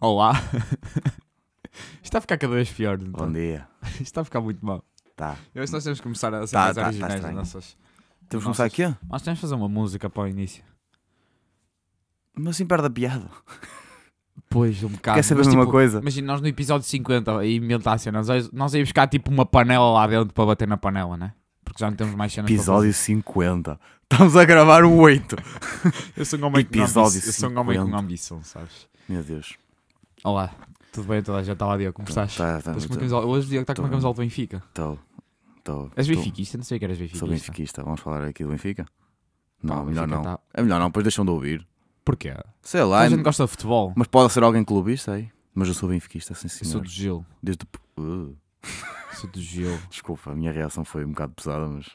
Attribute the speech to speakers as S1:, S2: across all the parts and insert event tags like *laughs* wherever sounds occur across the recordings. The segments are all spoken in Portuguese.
S1: Olá. Isto *laughs* está a ficar cada vez pior. não está?
S2: Bom dia.
S1: Isto *laughs* está a ficar muito mal.
S2: Tá.
S1: Eu acho que nós temos que começar a ser
S2: Tá,
S1: mais
S2: tá, tá
S1: originais
S2: estranho.
S1: nas nossas.
S2: Temos que começar aqui? ó?
S1: Nós temos que fazer uma música para o início.
S2: Mas assim perde a piada.
S1: Pois, um bocado.
S2: Quer saber
S1: Mas,
S2: a mesma
S1: tipo,
S2: coisa?
S1: Imagina, nós no episódio 50 inventássemos, nós, nós ia buscar tipo uma panela lá dentro para bater na panela, né? Porque já não temos mais cenas. para
S2: Episódio 50. Estamos a gravar o 8.
S1: fazer. Eu sou um homem com
S2: Episódio
S1: ambição. Eu sou um homem com
S2: 50.
S1: ambição, sabes?
S2: Meu Deus.
S1: Olá, tudo bem toda a gente? Estava a dia, como estás?
S2: Tá, tá,
S1: Estás com uma
S2: muito-
S1: camisola- Hoje o Diogo está com uma
S2: Tô-
S1: camisola do Benfica.
S2: tô- tô-
S1: És
S2: tô-
S1: benfiquista? Não sei o que eras benfiquista.
S2: Sou benfiquista. Vamos falar aqui do Benfica?
S1: Pá,
S2: Não,
S1: o
S2: melhor
S1: Benfica
S2: não.
S1: tá-
S2: É melhor não, pois deixam de ouvir.
S1: Porquê?
S2: Sei lá,
S1: A gente gosta de futebol.
S2: mas pode ser alguém clubista aí. Mas eu sou benfiquista, sim
S1: Eu sou
S2: senhor.
S1: do Gil.
S2: Desde o- Uh,
S1: Sou do Gil.
S2: desculpa, a minha reação foi um bocado pesada, mas.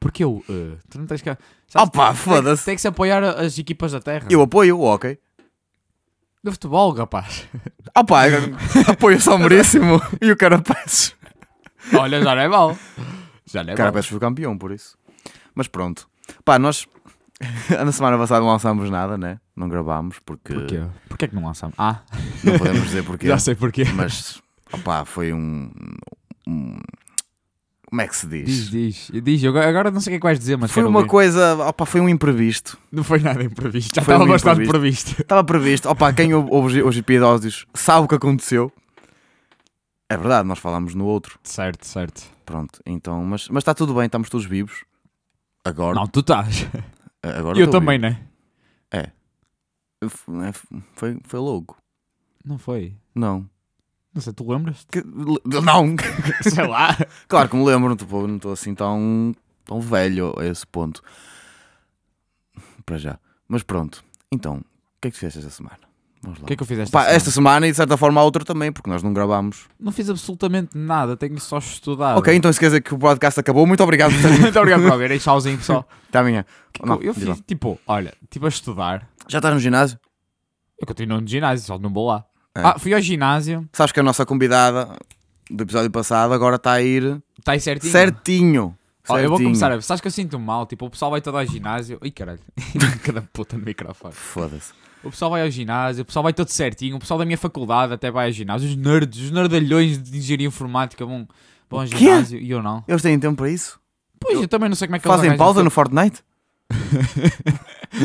S1: Porquê o. uh? tu não tens que. Sabes,
S2: Opa,
S1: tem-
S2: foda-se!
S1: Tem que se apoiar a- as equipas da terra.
S2: Eu apoio, ok.
S1: Do futebol, rapaz. *laughs*
S2: Opa, apoio o Salmoríssimo e o Carapaços.
S1: Olha, já não é mal. Já não é
S2: Cara,
S1: mal.
S2: peço foi campeão por isso. Mas pronto. Pá, nós *laughs* na semana passada não lançámos nada, né? Não gravámos porque
S1: Porquê? Porquê que não lançamos? Ah,
S2: não podemos dizer
S1: *laughs*
S2: porquê.
S1: já sei porquê.
S2: mas opá, foi um, um- Como é que se diz?
S1: Diz, diz. Diz, eu agora- agora não sei o que é que vais dizer, mas
S2: foi
S1: quero
S2: uma
S1: ouvir.
S2: coisa, opá, foi um imprevisto.
S1: Não foi nada imprevisto. Já
S2: Foi
S1: estava
S2: um
S1: bastante previsto.
S2: Estava previsto. Opá, quem ouve ouve os episódios sabe o que aconteceu. É verdade, nós falámos no outro.
S1: *laughs* Certo, certo.
S2: Pronto, então, mas mas está tudo bem, estamos todos vivos. Agora,
S1: Não, tu estás.
S2: agora
S1: E eu
S2: estou
S1: também, né?
S2: vivo. F- Foi, foi louco.
S1: Não foi.
S2: Não.
S1: Não sei, tu lembras?
S2: Que- l- Não,
S1: *laughs*
S2: *laughs*
S1: Sei lá.
S2: claro que me lembro, tipo, não estou assim tão, tão velho a esse ponto. Para já. Mas pronto, então, o que é que tu fizeste esta semana? Vamos lá.
S1: O que é que eu fiz esta
S2: Pá,
S1: semana?
S2: esta semana e de certa forma a outra também, porque nós não gravámos.
S1: Não fiz absolutamente nada, tenho só estudado. *laughs*
S2: ok, então se quer dizer que o podcast acabou, muito obrigado por terem
S1: Muito obrigado por ouvir, tchauzinho pessoal.
S2: Até amanhã.
S1: Que
S2: Não,
S1: co- eu
S2: diz
S1: fiz, tipo, olha, estive a estudar.
S2: Já estás no ginásio?
S1: Eu continuo no ginásio, só não vou lá.
S2: É.
S1: Ah, fui ao ginásio,
S2: Sabes que a nossa convidada do episódio passado agora está a ir
S1: está tá aí certinho.
S2: certinho.
S1: Ó, eu vou
S2: Certinho.
S1: começar a. Sabes que eu sinto mal? Tipo, o pessoal vai todo ao ginásio. Ai caralho, *laughs* cada puta no microfone.
S2: Foda-se.
S1: O pessoal vai ao ginásio, o pessoal vai todo certinho. O pessoal da minha faculdade até vai ao ginásio. Os nerds, os nerdalhões de engenharia informática vão, vão ao
S2: quê?
S1: ginásio e eu não.
S2: Eles têm tempo para isso?
S1: Pois, eu, também não sei como é que
S2: Fazem
S1: eles arranjam
S2: pausa no Fortnite?
S1: tempo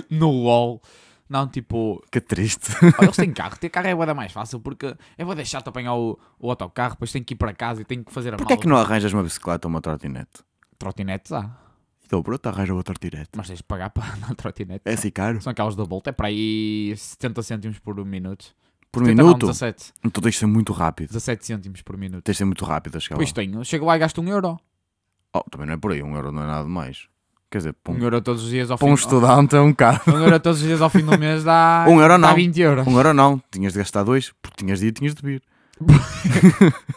S1: no LOL. Não, tipo,
S2: Que triste.
S1: Olha, eles têm carro, ter carro é boa mais fácil porque é boa chato apanhar o, o autocarro, depois tenho que ir para casa e tenho que fazer a
S2: Porquê é
S1: mala.
S2: que não arranjas uma bicicleta ou uma trotinete?
S1: Trotinetes há,
S2: Então pronto, arranja outra direta.
S1: mas tens de pagar para andar de trotinete.
S2: É assim caro?
S1: São aquelas da Bolt, é para aí 70 cêntimos por um minuto.
S2: Por
S1: 70 não,
S2: minuto?
S1: 17,
S2: Então tens de ser muito rápido.
S1: 17 cêntimos por minuto.
S2: Tens de ser muito rápido a chegar
S1: Pois
S2: lá.
S1: tenho, chego lá e gasto um euro.
S2: Oh, também não é por aí, um euro não é nada mais. Quer dizer, para
S1: Um,
S2: um,
S1: euro todos os dias ao
S2: para
S1: fim
S2: um
S1: do
S2: estudante é um caro.
S1: Um euro todos os dias ao fim do mês dá,
S2: *laughs* Um euro
S1: dá
S2: não.
S1: 20 euros.
S2: *laughs* Um euro não, tinhas de gastar dois, porque tinhas de ir, tinhas de vir.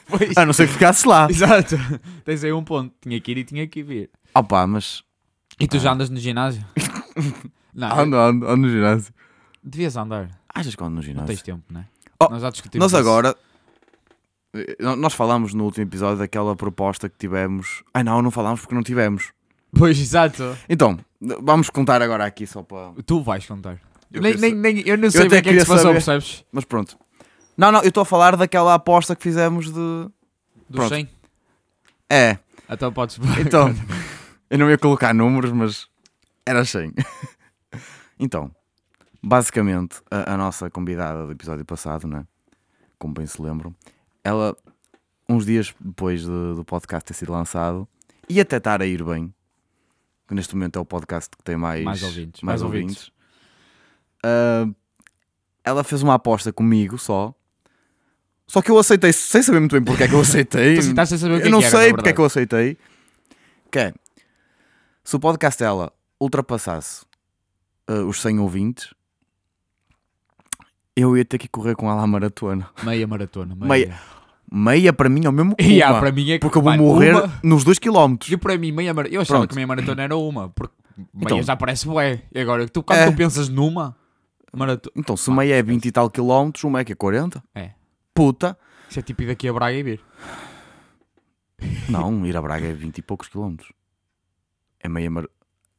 S1: Pois.
S2: A Um não ser que ficasses *laughs* lá.
S1: Exato. Tens aí um ponto. Tinha que ir e tinha que vir.
S2: Ah pá, mas
S1: E tu já andas no
S2: *laughs*
S1: ginásio? Não, eu-
S2: Ah. ando, ando, ando no ginásio.
S1: devias andar.
S2: Ah, é. Achas que ando no
S1: Não tens
S2: ginásio?
S1: tempo, né?
S2: Oh,
S1: nós já discutimos.
S2: Nós
S1: isso.
S2: agora... eh, Nós falámos no último episódio daquela proposta que tivemos. Ai não, não falámos porque não tivemos.
S1: Pois, exato.
S2: Então, vamos contar agora aqui só para.
S1: Tu vais contar.
S2: Eu
S1: nem,
S2: quero
S1: nem, nem- eu não sei o que
S2: até
S1: é que se
S2: queria
S1: passou,
S2: saber.
S1: percebes?
S2: Mas pronto. Não, não, eu estou a falar daquela aposta que fizemos de.
S1: Do
S2: Pronto.
S1: 100.
S2: É,
S1: Então podes. *laughs*
S2: *laughs* então. eu não ia colocar números, mas era 100. *laughs* então, basicamente, a, a nossa convidada do episódio passado, né? Como bem se lembram, ela, uns dias depois de- do podcast ter sido lançado, e até estar a ir bem, que neste momento é o podcast que tem mais,
S1: Mais ouvintes,
S2: mais
S1: mais
S2: ouvintes. ah, ela fez uma aposta comigo só. Só que eu aceitei, sem saber muito bem porque é que eu aceitei.
S1: *laughs* Tu estás a saber o que
S2: Eu não
S1: é que era,
S2: sei
S1: na
S2: porque é que
S1: verdade.
S2: eu aceitei. Que é, se o podcast dela ultrapassasse eh, os 100 ouvintes, eu ia ter que correr com ela à maratona.
S1: Meia maratona. Meia.
S2: Meia- Meia para mim é o mesmo que
S1: *laughs* E há,
S2: uma,
S1: para mim é que.
S2: porque eu vou
S1: vai,
S2: morrer
S1: uma-
S2: nos 2 km.
S1: E para mim, meia maratona. Eu achava
S2: Pronto.
S1: que meia maratona era uma. Porque meia
S2: Então.
S1: já parece bué. E agora, tu, quando
S2: É.
S1: tu pensas numa maratona.
S2: Então, se
S1: Pá,
S2: meia é
S1: esquece.
S2: 20 e tal quilómetros, uma é que é 40?
S1: É.
S2: Puta.
S1: Isso é tipo ir daqui a Braga e vir.
S2: Não, ir a Braga é 20 e poucos quilómetros. É meia maratona.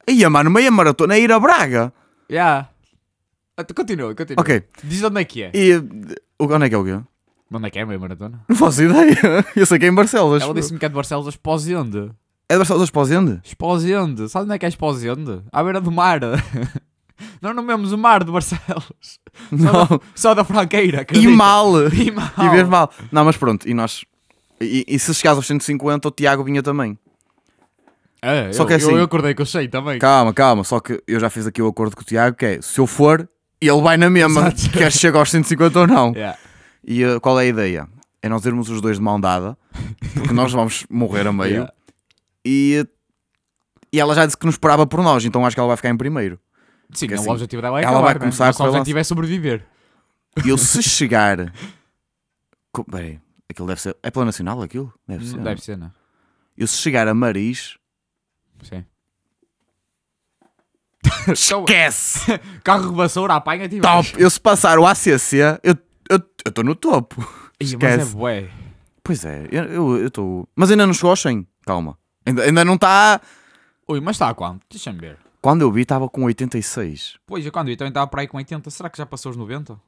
S2: Ia, mano, meia maratona é ir a Braga.
S1: Yeah. Ah, tu Continua, continua.
S2: Ok.
S1: Diz onde é que é.
S2: E eh, o- onde é que é o quê?
S1: Onde é que é a meia maratona?
S2: Não faço ideia. *laughs* Eu sei que é em Barcelos.
S1: Ela disse-me que é de Barcelos, Esposende.
S2: É de
S1: *laughs*
S2: Barcelos Posende?
S1: Esposende. Sabe onde é que é Esposende? À beira do mar. *laughs* Nós não vemos o mar de Barcelos.
S2: Não.
S1: Só da Franqueira.
S2: E
S1: acredita?
S2: mal.
S1: *laughs* E mal.
S2: E vês mal. Não, mas pronto. E nós... E, e se chegares aos 150, o Tiago vinha também.
S1: É,
S2: Só
S1: eu,
S2: que é
S1: eu-
S2: assim.
S1: eu acordei que eu sei também.
S2: Calma, calma. Só que eu já fiz aqui o acordo com o Tiago, que é... Se eu for, ele vai na mesma.
S1: Exato.
S2: *laughs* Quer chegar aos 150 ou não.
S1: Yeah.
S2: E eh, qual é a ideia? É nós irmos os dois de mão dada, porque nós vamos morrer a meio.
S1: Yeah.
S2: E, e ela já disse que nos esperava por nós, então acho que ela vai ficar em primeiro.
S1: Sim,
S2: Porque
S1: não,
S2: assim,
S1: o objetivo dela é
S2: ela
S1: acabar,
S2: vai
S1: né?
S2: começar
S1: Nosso
S2: com a
S1: objetivo é sobreviver.
S2: E eu, se chegar. Co- Peraí, aquilo deve ser. É pela Nacional aquilo? Deve ser.
S1: Não
S2: não?
S1: Hum, deve ser, não. é?
S2: Eu, se chegar a Maris.
S1: Sim.
S2: Esquece!
S1: Carro de vassoura, apanha tipo, e
S2: Top! Eu, se passar o ACC, eu estou no topo.
S1: Esquece. Mas
S2: Esquece.
S1: é bué.
S2: Pois é, eu estou. mas ainda não chegou aos 100. Calma. Ainda, ainda não está.
S1: Ui, mas está a quanto? Deixa-me ver.
S2: Quando eu vi, estava com 86.
S1: Pois, eu quando eu também estava para aí com 80, será que já passou os 90?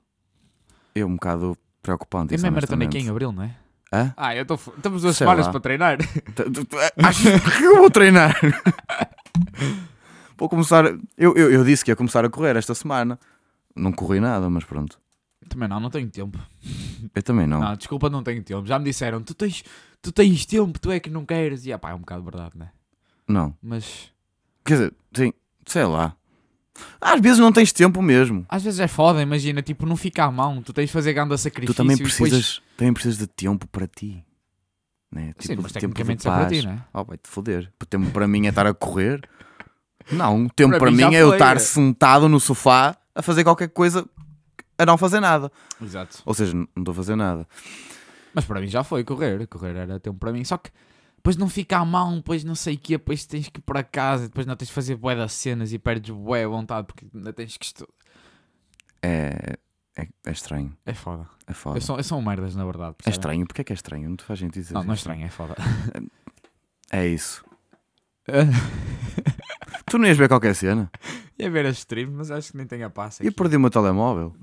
S2: Eu, um bocado preocupante.
S1: Tem
S2: isso,
S1: meia maratona aqui em
S2: honestamente.
S1: abril, não é?
S2: Hã?
S1: Ah, eu tô, f- estamos duas
S2: Sei
S1: semanas
S2: lá.
S1: para treinar.
S2: *laughs* Acho que *laughs* eu vou treinar. Vou começar. Eu, eu, eu disse que ia começar a correr esta semana. Não corri nada, mas pronto.
S1: Também não, não tenho tempo.
S2: Eu também não.
S1: Não, desculpa, não tenho tempo. Já me disseram, tu tens, tu tens tempo, tu é que não queres. E ah, pá, é um bocado verdade, né?
S2: Não.
S1: Mas
S2: Quer dizer, sim, sei lá. Às vezes não tens tempo mesmo.
S1: às vezes é foda, imagina, tipo, não fica à mão. Tu tens de fazer grande sacrifício.
S2: tu também
S1: e depois-
S2: precisas, também precisas de tempo para ti. Né?
S1: Sim,
S2: Tipo,
S1: mas
S2: de tempo de
S1: tecnicamente isso é para ti,
S2: paz.
S1: não é?
S2: Oh, vai-te foder. O tempo para mim é estar a correr. Não, o tempo para,
S1: Para mim
S2: mim,
S1: já
S2: é eu
S1: foi,
S2: estar
S1: é.
S2: sentado no sofá a fazer qualquer coisa, a não fazer nada.
S1: Exato.
S2: Ou seja, não estou a fazer nada.
S1: Mas para mim já foi correr. Correr era tempo para mim. Só que depois não fica à mão, depois não sei o quê, depois tens que ir para casa, depois não tens de fazer bué das cenas e perdes bué à vontade porque ainda tens que estudar.
S2: É, é, é estranho.
S1: É foda.
S2: É foda.
S1: Eu sou, eu sou um merdas, na verdade.
S2: É
S1: percebem?
S2: estranho. Porquê é que é estranho? Não te faz sentido dizer
S1: Não, não é
S2: isso.
S1: estranho, é
S2: *laughs*
S1: foda.
S2: É isso. Tu não ias ver qualquer cena?
S1: Ia É ver as streams, mas acho que nem tem a passa.
S2: E perdi o meu telemóvel.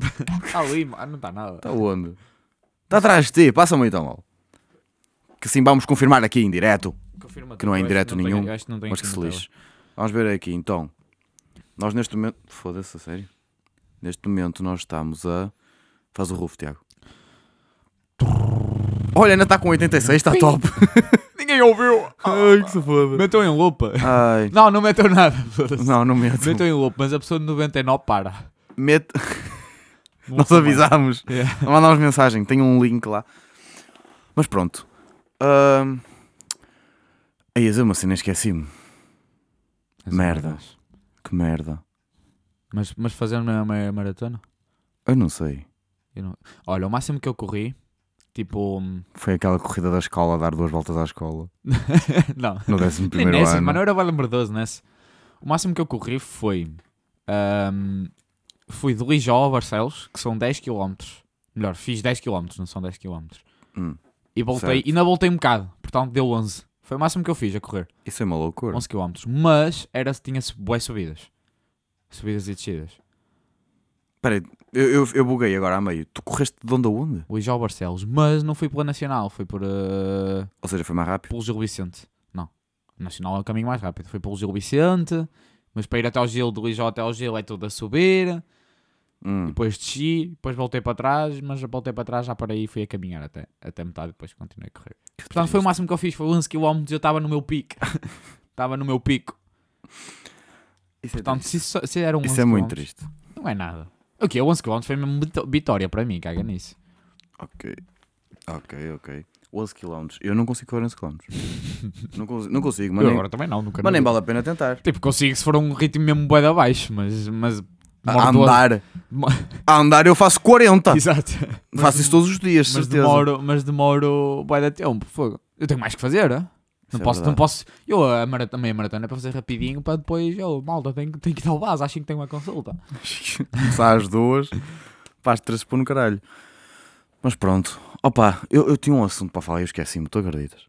S1: Está ali, mano, não está nada.
S2: Está onde? Está atrás de ti. Passa-me então, mal. Que assim vamos confirmar aqui em direto.
S1: Confirma
S2: Que não é
S1: tu, eu acho
S2: indireto
S1: não tenho-
S2: nenhum,
S1: eu acho que não tenho
S2: Mas que
S1: aqui
S2: se
S1: no
S2: lixe. Vamos ver aqui então. Nós neste momento. Foda-se, a sério. Neste momento nós estamos a. Faz o rufo, Tiago. Olha, ainda está com 86, está
S1: Pim.
S2: tá top.
S1: telemóvel. Ninguém
S2: *laughs*
S1: ouviu!
S2: Ai, que se foda.
S1: Metam em lupa.
S2: Ai.
S1: Não, não metam nada. foda-se.
S2: *laughs* Não, não meto.
S1: Metam em lupa, mas a pessoa de 99 para.
S2: Meto-
S1: Não
S2: Nós
S1: ouço mais.
S2: avisámos.
S1: Yeah.
S2: Mandámos mensagem, tem um link lá. Mas pronto. Ahm. Aí a dizer uma cena, esqueci-me.
S1: Mas-
S2: Merda. Que merda.
S1: Mas, mas fazer uma meia maratona?
S2: Eu não sei.
S1: Olha, o máximo que eu corri, tipo. *laughs* hum,
S2: Foi aquela corrida da escola, dar duas voltas à escola.
S1: não.
S2: No *laughs* 11
S1: Nem
S2: primeiro
S1: nessa,
S2: ano.
S1: mano, eu era bem merdoso nessa. é O máximo que eu corri foi. hum, fui de Lijó a Barcelos, que são 10 km. Melhor, fiz 10 km, não são 10 km.
S2: Hum,
S1: E voltei,
S2: Certo.
S1: ainda voltei um bocado, portanto deu 11. Foi o máximo que eu fiz a correr,
S2: Isso é uma loucura.
S1: 11 km. Mas era, tinha boas subidas. Subidas e descidas.
S2: Espera aí, eu, eu, eu buguei agora a meio. Tu correste de onde a onde?
S1: Lijó a Barcelos, mas não fui pela Nacional, fui por. eh,
S2: Ou seja, foi mais rápido.
S1: pelo Gil Vicente. Não. O Nacional é o caminho mais rápido. Foi pelo Gil Vicente, mas para ir até ao Gil, do Lijó até ao Gil é tudo a subir.
S2: Hum.
S1: Depois desci, depois voltei para trás, mas voltei para trás, já parei e fui a caminhar até, até metade, depois continuei a correr. Portanto,
S2: é
S1: foi o máximo que eu fiz, foi 11 km e eu estava no meu pico. *laughs* Estava no meu pico.
S2: Isso é
S1: Portanto,
S2: triste.
S1: se, isso- se era um 11
S2: Isso é muito
S1: km,
S2: triste.
S1: Não é nada. O que é 11 km foi mesmo vitó- vitória para mim, caga nisso.
S2: Ok, ok, ok. 11 km. Eu não consigo correr 11 km.
S1: *laughs*
S2: não, consigo, não consigo, mas
S1: eu
S2: nem,
S1: agora também não, nunca
S2: mas nem
S1: na vida.
S2: vale a pena tentar.
S1: Tipo, consigo se for um ritmo mesmo bué de abaixo, mas... mas
S2: A
S1: demoro doze-
S2: andar,
S1: Demo-
S2: a andar eu faço
S1: *laughs*
S2: 40.
S1: Exato.
S2: faço isso todos os dias,
S1: mas
S2: certeza. *laughs*
S1: demoro, mas demoro bué de tempo, fogo. Eu tenho mais que fazer, hã?
S2: Isso
S1: não
S2: é
S1: posso, não
S2: verdade.
S1: posso. Eu a, maratona, a meia maratona é para fazer rapidinho para depois, eu, malta, tenho, que- tenho que dar o vaso, acho que tenho uma consulta.
S2: Começar às duas, faz três por no caralho. Mas pronto. Opa, eu, eu tinha um assunto para falar e eu esqueci-me, tu acreditas?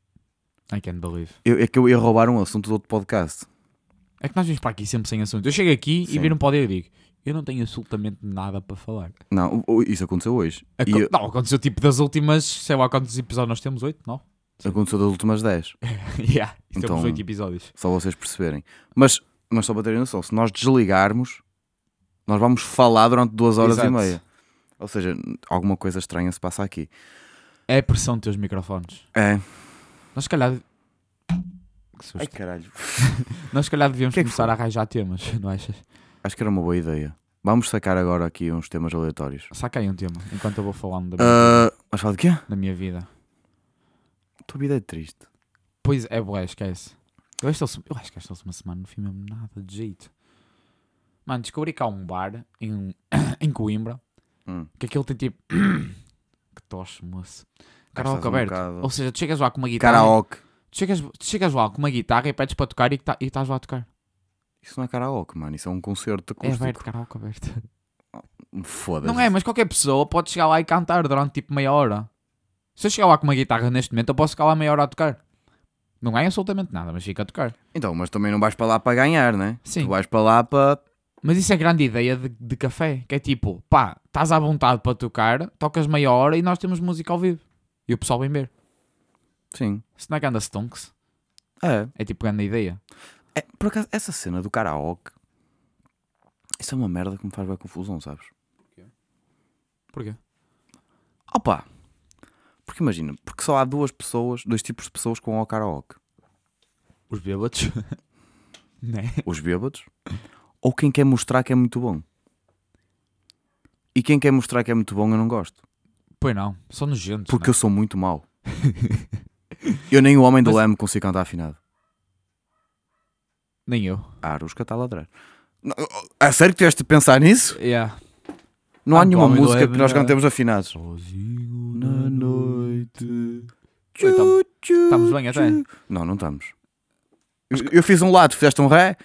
S1: I can't believe.
S2: Eu- é que eu ia roubar um assunto do outro podcast.
S1: É que nós vimos para aqui sempre sem assunto. Eu chego aqui e
S2: Sim.
S1: viro para o dia e digo: Eu não tenho absolutamente nada para falar.
S2: Não, o- o- isso aconteceu hoje.
S1: Aco-
S2: E
S1: Não, aconteceu tipo das últimas, sei lá quantos episódios nós temos, 8, não?
S2: aconteceu das últimas 10.
S1: *laughs* yeah, e
S2: Então-
S1: temos 8 episódios.
S2: Só vocês perceberem. Mas, mas só para terem noção, se nós desligarmos, nós vamos falar durante duas horas
S1: Exato.
S2: e meia. Ou seja, alguma coisa estranha se passa aqui.
S1: É a pressão dos teus microfones.
S2: É.
S1: Nós se calhar. Que susto.
S2: caralho.
S1: Nós se calhar devíamos
S2: Que é que
S1: começar a arranjar temas, *laughs* não achas?
S2: Acho que era uma boa ideia. Vamos sacar agora aqui uns temas aleatórios.
S1: Saca aí um tema, enquanto eu vou falando da minha,
S2: Ah, mas fala de quê?
S1: da minha vida.
S2: Tua vida é triste.
S1: Pois é, boé, esquece. Eu acho, que eles- eu acho que esta última semana não fui mesmo nada de jeito. Mano, descobri que há um bar em, *coughs* em Coimbra
S2: Hum.
S1: que aquele tem tipo. *coughs* que tosse, moço.
S2: Estás
S1: Karaoke
S2: um
S1: aberto.
S2: bocado-
S1: Ou seja, tu chegas lá com uma guitarra.
S2: Karaoke.
S1: Tu chegas, tu chegas lá com uma guitarra e pedes para tocar e tá- e estás lá a tocar.
S2: Isso não é karaoke, mano. Isso é um concerto
S1: É aberto,
S2: acústico.
S1: karaoke aberto.
S2: Foda-se.
S1: Não é, mas qualquer pessoa pode chegar lá e cantar durante tipo meia hora. Se eu chegar lá com uma guitarra neste momento, eu posso ficar lá meia hora a tocar. Não ganho absolutamente nada, mas fica a tocar.
S2: Então, mas também não vais para lá para ganhar, né?
S1: Sim.
S2: Tu vais para lá para.
S1: Mas isso é grande ideia de, de café, que é tipo, pá, estás à vontade para tocar, tocas meia hora e nós temos música ao vivo. E o pessoal vem ver.
S2: Sim.
S1: Se não é que anda Stonks,
S2: É.
S1: é tipo grande ideia.
S2: É, Por acaso, essa cena do karaoke. Isso é uma merda que me faz bem confusão, sabes?
S1: Porquê?
S2: Opa! Porque imagina, porque só há duas pessoas, dois tipos de pessoas com o karaoke:
S1: Os bêbados. *laughs* né?
S2: os bêbados ou quem quer mostrar que é muito bom. E quem quer mostrar que é muito bom, eu não gosto.
S1: Pois não, né? são nojentos.
S2: Porque
S1: não
S2: eu sou
S1: *laughs*
S2: muito mau. eu nem o homem do
S1: Mas-
S2: leme consigo cantar afinado.
S1: é? Nem eu.
S2: A Arusca está a ladrar. Não, A sério que tiveste de pensar nisso?
S1: Yeah.
S2: Não há
S1: Ah,
S2: nenhuma
S1: Homem do
S2: música
S1: Leme,
S2: que nós
S1: não é?
S2: cantemos afinados.
S1: Sozinho
S2: Na noite.
S1: Oi, tam-
S2: Tchu,
S1: Então, estamos Tá bem até?
S2: tchu. Não, não estamos. Eu, eu fiz um lado, fizeste um ré,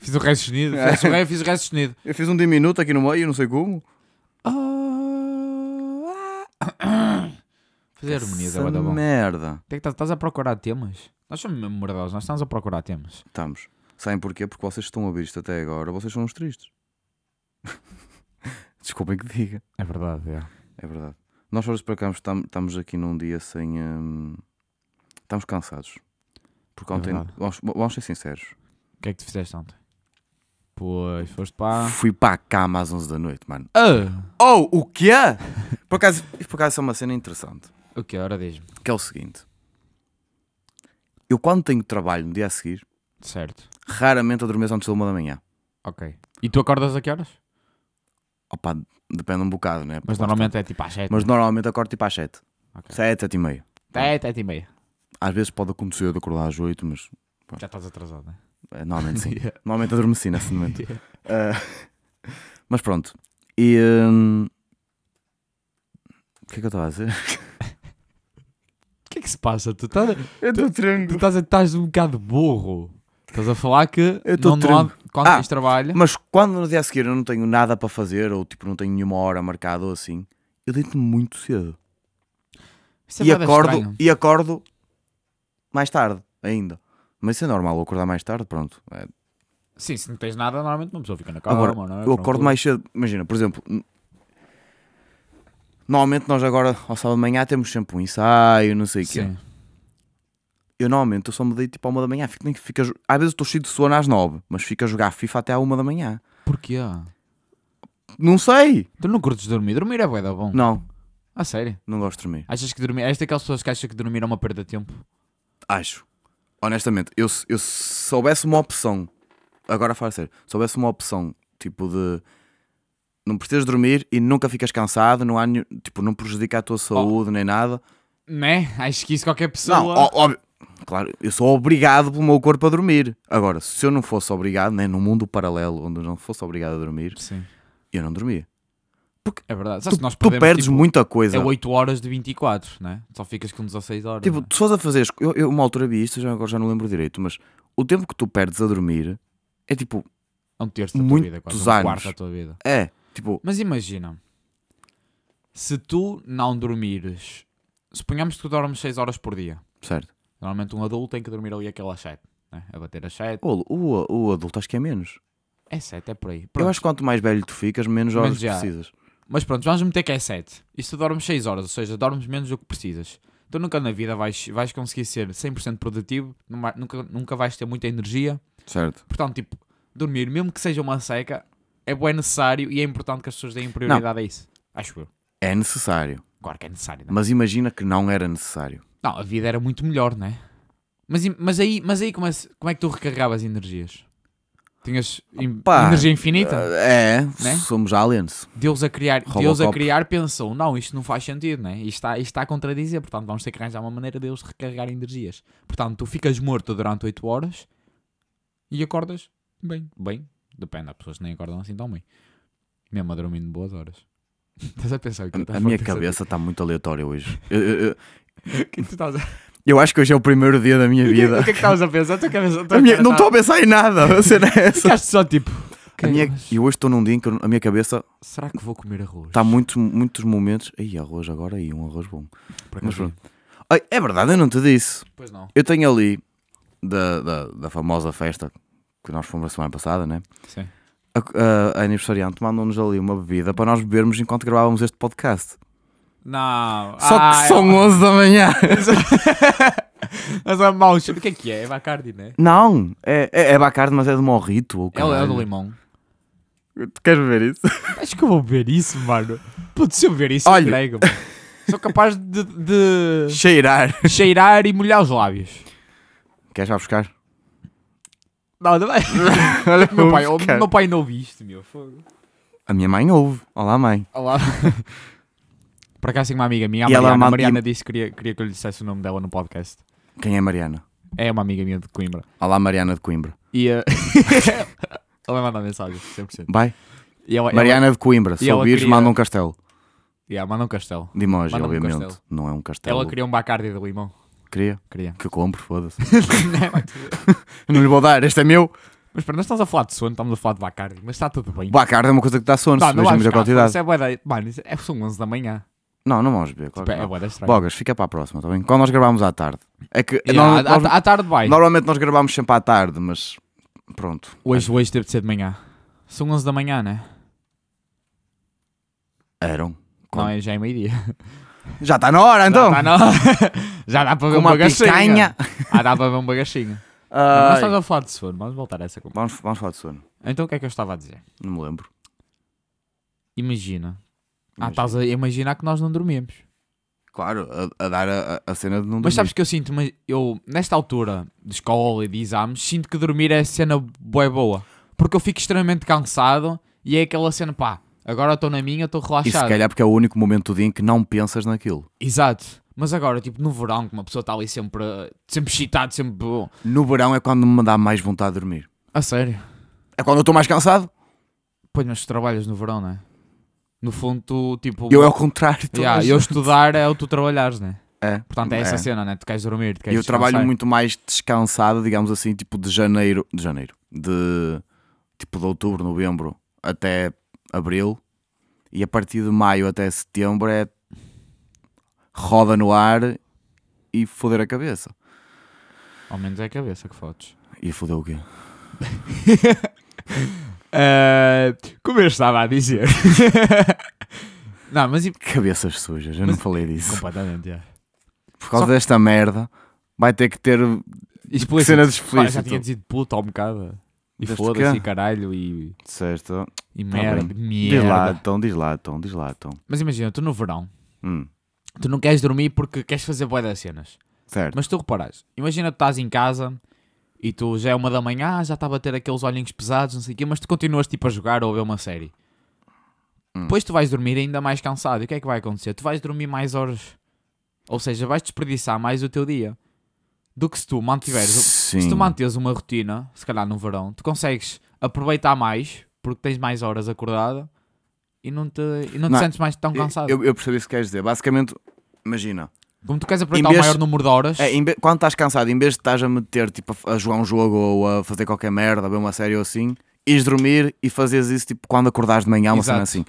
S1: Fiz o resto
S2: *laughs*
S1: sustenido, fiz o ré, fiz o resto sustenido.
S2: eu fiz um diminuto aqui no meio, não sei como.
S1: *coughs* Fazer harmonia
S2: Ah.
S1: tá é
S2: Essa
S1: da bada bom.
S2: merda.
S1: Tem que Estás a procurar temas? Nós somos mesmo mordados, nós estamos a procurar temas.
S2: Estamos. Sabem porquê? Porque vocês estão a ouvir isto até agora, vocês são uns tristes. *laughs* Desculpem que diga.
S1: É verdade, é.
S2: É verdade. Nós hoje para cá estam- estamos aqui num dia sem. hum, estamos cansados. Porque
S1: É
S2: ontem.
S1: verdade.
S2: vamos, vamos ser sinceros.
S1: O que é que tu fizeste ontem? Pois, foste para.
S2: Fui para a cama às 11 da noite, mano.
S1: Ah!
S2: Oh, o
S1: *laughs*
S2: quê? Por acaso, isto por acaso é uma cena interessante.
S1: O que? Ora diz-me.
S2: Que é o seguinte. Eu quando tenho trabalho no dia a seguir,
S1: Certo.
S2: raramente adormeço antes da uma da manhã.
S1: Ok. E tu acordas a que horas?
S2: Opa, depende um bocado, né?
S1: Mas normalmente é tipo às 7.
S2: Mas normalmente acordo tipo às 7.
S1: Ok.
S2: 7, 7 e meia.
S1: Até 7 É, e meia.
S2: Às vezes pode acontecer de acordar às 8, mas
S1: Já estás atrasado, né?
S2: eh, normalmente sim.
S1: *laughs* Yeah.
S2: Normalmente adormeci
S1: *laughs*
S2: nesse momento. Ah, mas pronto. E. hum, O que é que eu estava a dizer?
S1: O que é que se passa? Tu estás,
S2: Eu estou
S1: tu
S2: tranquilo.
S1: estás, estás um bocado burro. Estás a falar que
S2: Eu tô
S1: não, não há- quando
S2: Ah,
S1: tens trabalho.
S2: *laughs* Mas quando no dia a seguir eu não tenho nada para fazer, ou tipo não tenho nenhuma hora marcada ou assim, eu deito-me muito cedo.
S1: Isso é
S2: e,
S1: bué
S2: acordo,
S1: estranho.
S2: e acordo mais tarde ainda. Mas isso é normal, eu acordar mais tarde, pronto. É,
S1: Sim, se não tens nada, normalmente uma pessoa fica na cama.
S2: Agora,
S1: não é?
S2: eu
S1: Pronto.
S2: acordo mais cedo. Imagina, por exemplo, n- normalmente nós agora, ao sábado de manhã, temos sempre um ensaio, não sei o quê.
S1: Sim.
S2: Eu normalmente eu só me deito tipo à uma da manhã. Fico, nem que fica, às vezes eu estou cheio de sono às nove, mas fico a jogar FIFA até à uma da manhã.
S1: Porquê?
S2: Não sei!
S1: Tu não curtes dormir? Dormir é bué da bom.
S2: Não,
S1: A sério?
S2: não gosto de dormir.
S1: Achas que dormir... És daquelas pessoas que acham que dormir é uma perda de tempo?
S2: Acho. Honestamente, eu, se- eu se soubesse uma opção, agora fala sério, se soubesse uma opção tipo de não precisas dormir e nunca ficas cansado, não há nenhum- tipo, não prejudica a
S1: Oh.
S2: tua saúde nem nada.
S1: Né? Acho que isso qualquer pessoa...
S2: Não, ó- óbvio. Claro, eu sou obrigado pelo meu corpo a dormir. Agora, se eu não fosse obrigado, né, num mundo paralelo onde eu não fosse obrigado a dormir,
S1: Sim.
S2: eu não dormia.
S1: É verdade. Só
S2: Tu,
S1: se nós
S2: tu
S1: perdemos,
S2: perdes
S1: tipo,
S2: muita coisa.
S1: É 8 horas de 24, né? Só ficas com 16 horas.
S2: Tipo,
S1: né?
S2: tu estás a fazer. as co- Eu, eu uma altura vi isto, já, agora já não lembro direito, mas o tempo que tu perdes a dormir é tipo.
S1: É um terço da tua
S2: muitos
S1: vida, quase. Um
S2: anos.
S1: quarto da tua vida.
S2: É. Tipo,
S1: Mas imagina. Se tu não dormires... Suponhamos que tu dormes 6 horas por dia.
S2: certo.
S1: Normalmente um adulto tem que dormir ali aquelas 7. né? a bater as 7.
S2: O, o, o adulto acho que é menos.
S1: É 7, é por aí.
S2: Eu
S1: Pronto.
S2: acho que quanto mais velho tu ficas, menos horas
S1: Menos já.
S2: precisas.
S1: Mas pronto, vamos meter que é 7. E se tu dormes 6 horas, ou seja, dormes menos do que precisas. Então nunca na vida vais, vais conseguir ser 100% produtivo, numa- nunca, nunca vais ter muita energia.
S2: Certo.
S1: Portanto, tipo, dormir, mesmo que seja uma seca, é bué necessário e é importante que as pessoas deem prioridade a isso. Acho eu.
S2: É necessário.
S1: Claro que é necessário, não é?
S2: Mas imagina que não era necessário.
S1: Não, a vida era muito melhor, não é? Mas, im- mas aí, mas aí como, é, se- como é que tu recarregavas energias? Tinhas im-
S2: Opa!
S1: energia infinita?
S2: Ah, é,
S1: Então. Né?
S2: somos aliens.
S1: Deus a criar,
S2: Robocop.
S1: Deus a criar pensou, não, isto não faz sentido, né? Isto está, isto está a contradizer, portanto vamos ter que arranjar uma maneira de eles recarregar energias. Portanto, tu ficas morto durante 8 horas e acordas bem, bem, depende, há pessoas que nem acordam assim tão bem. Mesmo a dormindo boas horas. *laughs* Estás a pensar o Então que eu
S2: A,
S1: estás
S2: a minha
S1: pensar?
S2: cabeça está muito aleatória hoje. Eu, eu- eu-
S1: O que tu
S2: *laughs*
S1: estás a- *laughs* o
S2: eu acho que hoje é o primeiro dia da
S1: *laughs*
S2: minha
S1: que é- o
S2: vida.
S1: que é que estavas a pensar? A tua cabeça- a tua
S2: A minha-
S1: cara
S2: não
S1: tá-
S2: estou a pensar em nada. A cena é essa.
S1: Ficaste só tipo.
S2: A minha-
S1: "Ok, mas
S2: E Tá hoje estou num dia em que a minha cabeça
S1: Será que vou comer arroz?
S2: está muitos, muitos momentos. Aí, arroz agora e um arroz bom.
S1: Por
S2: Mas
S1: acaso,
S2: Ai, é verdade, eu não te disse.
S1: Pois não.
S2: Eu tenho ali da, da, da famosa festa que nós fomos a semana passada, né?
S1: Sim.
S2: A, a- a aniversariante mandou-nos ali uma bebida para nós bebermos enquanto gravávamos este podcast.
S1: Não.
S2: Só
S1: Ah,
S2: que são
S1: é-
S2: 11 da manhã. *laughs*
S1: *laughs* Mas é mau cheiro. O que é que é? É Bacardi, né?
S2: Não, é, é, é Bacardi, mas é de morrito. Ou
S1: É o é o
S2: caralho.
S1: do limão.
S2: Tu queres ver isso?
S1: *laughs* Acho que eu vou ver isso, mano. Putz, se eu ver isso,
S2: Olha.
S1: eu entrego, mano. *laughs* Sou capaz de, de
S2: Cheirar.
S1: cheirar e molhar os lábios.
S2: Queres
S1: *laughs*
S2: já buscar?
S1: Não, não vai.
S2: Olha,
S1: *laughs* meu, pai, oh,
S2: vou buscar.
S1: meu pai não ouve isto, meu. Fogo.
S2: A minha mãe ouve. Olá, mãe.
S1: Olá. *laughs* Por acaso tenho uma amiga minha, a
S2: E ela
S1: Mariana. A
S2: manda-
S1: Mariana disse que queria, queria que eu lhe dissesse o nome dela no podcast.
S2: Quem é Mariana?
S1: É uma amiga minha de Coimbra.
S2: Olá, Mariana de Coimbra.
S1: E eh, *laughs* ela manda mensagem, 100%.
S2: Vai.
S1: E ela,
S2: Mariana de Coimbra,
S1: e
S2: se
S1: ela
S2: ouvires,
S1: queria-
S2: manda um castelo.
S1: Ela, yeah, manda um castelo.
S2: De emoji,
S1: Manda-me um
S2: obviamente.
S1: castelo.
S2: Não é um castelo.
S1: Ela queria um bacardi de limão.
S2: Queria
S1: Queria. *laughs* é?
S2: que eu compro, foda-se. *laughs* Eu não lhe vou dar, este é meu.
S1: mas para nós estamos a falar de sono, estamos a falar de bacardi, mas está tudo bem.
S2: Bacardi é uma coisa que dá sono, se vejamos a quantidade.
S1: Isso é boa ideia. Mano, isso é, são 11 da manhã.
S2: Não, não vamos ver.
S1: Tipo,
S2: claro que
S1: é
S2: não.
S1: boa da estranha.
S2: Bogas, fica para a próxima, está bem? Quando nós gravámos à tarde. É que
S1: Yeah,
S2: nós-
S1: à-
S2: nós-
S1: à, à tarde vai.
S2: normalmente nós gravámos sempre à tarde, mas pronto.
S1: Hoje, hoje teve de ser de manhã. São 11 da manhã, né?
S2: Eram.
S1: Não, é, já é meio-dia.
S2: Já está na hora *laughs*
S1: Já,
S2: então!
S1: tá na- *laughs* já dá para ver
S2: Com
S1: uma
S2: uma
S1: gachinha.
S2: picanha.
S1: *laughs* Ah, dá para ver uma gachinha. Nós
S2: *laughs* Ai.
S1: estamos a falar de sono, vamos voltar a essa conversa.
S2: Vamos, vamos falar de sono.
S1: Então o que é que eu estava a dizer?
S2: Não me lembro.
S1: Imagina. Ah,
S2: Imagina.
S1: estás a imaginar que nós não dormíamos.
S2: Claro, a, a dar a, a cena de não
S1: Mas
S2: dormir.
S1: sabes que eu sinto, mas eu, nesta altura de escola e de exames, sinto que dormir é a cena boa boa. Porque eu fico extremamente cansado e é aquela cena, pá, agora estou na minha, estou
S2: e se
S1: relaxado.
S2: calhar porque é o único momento do dia em que não pensas naquilo.
S1: Exato. Mas agora, tipo, no verão, que uma pessoa está ali sempre, eh, sempre excitado, sempre. bom.
S2: No verão é quando me dá mais vontade de dormir.
S1: A sério.
S2: É quando eu estou mais cansado.
S1: Pois, mas tu trabalhas no verão, não é? No fundo, tu, tipo.
S2: Eu é o contrário. toda
S1: Yeah,
S2: a
S1: eu
S2: gente.
S1: estudar é o tu trabalhares, né?
S2: É.
S1: Portanto, é essa
S2: É.
S1: cena, né? Tu queres dormir, tu queres
S2: Eu trabalho
S1: descansar.
S2: muito mais descansado, digamos assim, tipo de janeiro, de janeiro, de tipo de outubro, novembro até abril e a partir de maio até setembro é roda no ar e foder a cabeça.
S1: Ao menos é a cabeça que fodes.
S2: E foder o quê? *laughs*
S1: Ah, como eu estava a dizer. *laughs* não, mas e...
S2: Cabeças sujas, eu não
S1: Mas-
S2: falei disso.
S1: Completamente, é.
S2: Por causa
S1: só-
S2: desta merda vai ter que ter
S1: Explícito.
S2: Cena de
S1: Pá, Já
S2: explícito.
S1: tinha dito puta ao bocado. E
S2: Deste
S1: foda-se,
S2: quê?
S1: e caralho, e,
S2: certo.
S1: e
S2: Tá
S1: merda.
S2: bem. Diz lá,
S1: merda.
S2: então, diz lá, então, diz lá, então.
S1: Mas imagina, tu no verão,
S2: Hum,
S1: tu não queres dormir porque queres fazer boia das cenas.
S2: certo.
S1: Mas tu reparas, imagina tu estás em casa e tu já é uma da manhã, já está a bater aqueles olhinhos pesados, não sei o quê, mas tu continuas tipo a jogar ou a ver uma série.
S2: Hum.
S1: Depois tu vais dormir ainda mais cansado. E o que é que vai acontecer? Tu vais dormir mais horas. Ou seja, vais desperdiçar mais o teu dia. Do que se tu mantiveres.
S2: Sim.
S1: Se tu manteres uma rotina, se calhar no verão, tu consegues aproveitar mais porque tens mais horas acordada e não te, e não te
S2: Não,
S1: sentes mais tão
S2: Eu-
S1: cansado.
S2: Eu, eu percebi isso que queres dizer. Basicamente, imagina.
S1: Como tu queres aproveitar o
S2: vez-
S1: maior número de horas.
S2: É, em ve- quando estás cansado, em vez de estás a meter tipo, a, f- a jogar um jogo ou a fazer qualquer merda, a ver uma série ou assim, ires dormir e fazes isso tipo, quando acordares de manhã, uma cena
S1: Exato.
S2: assim.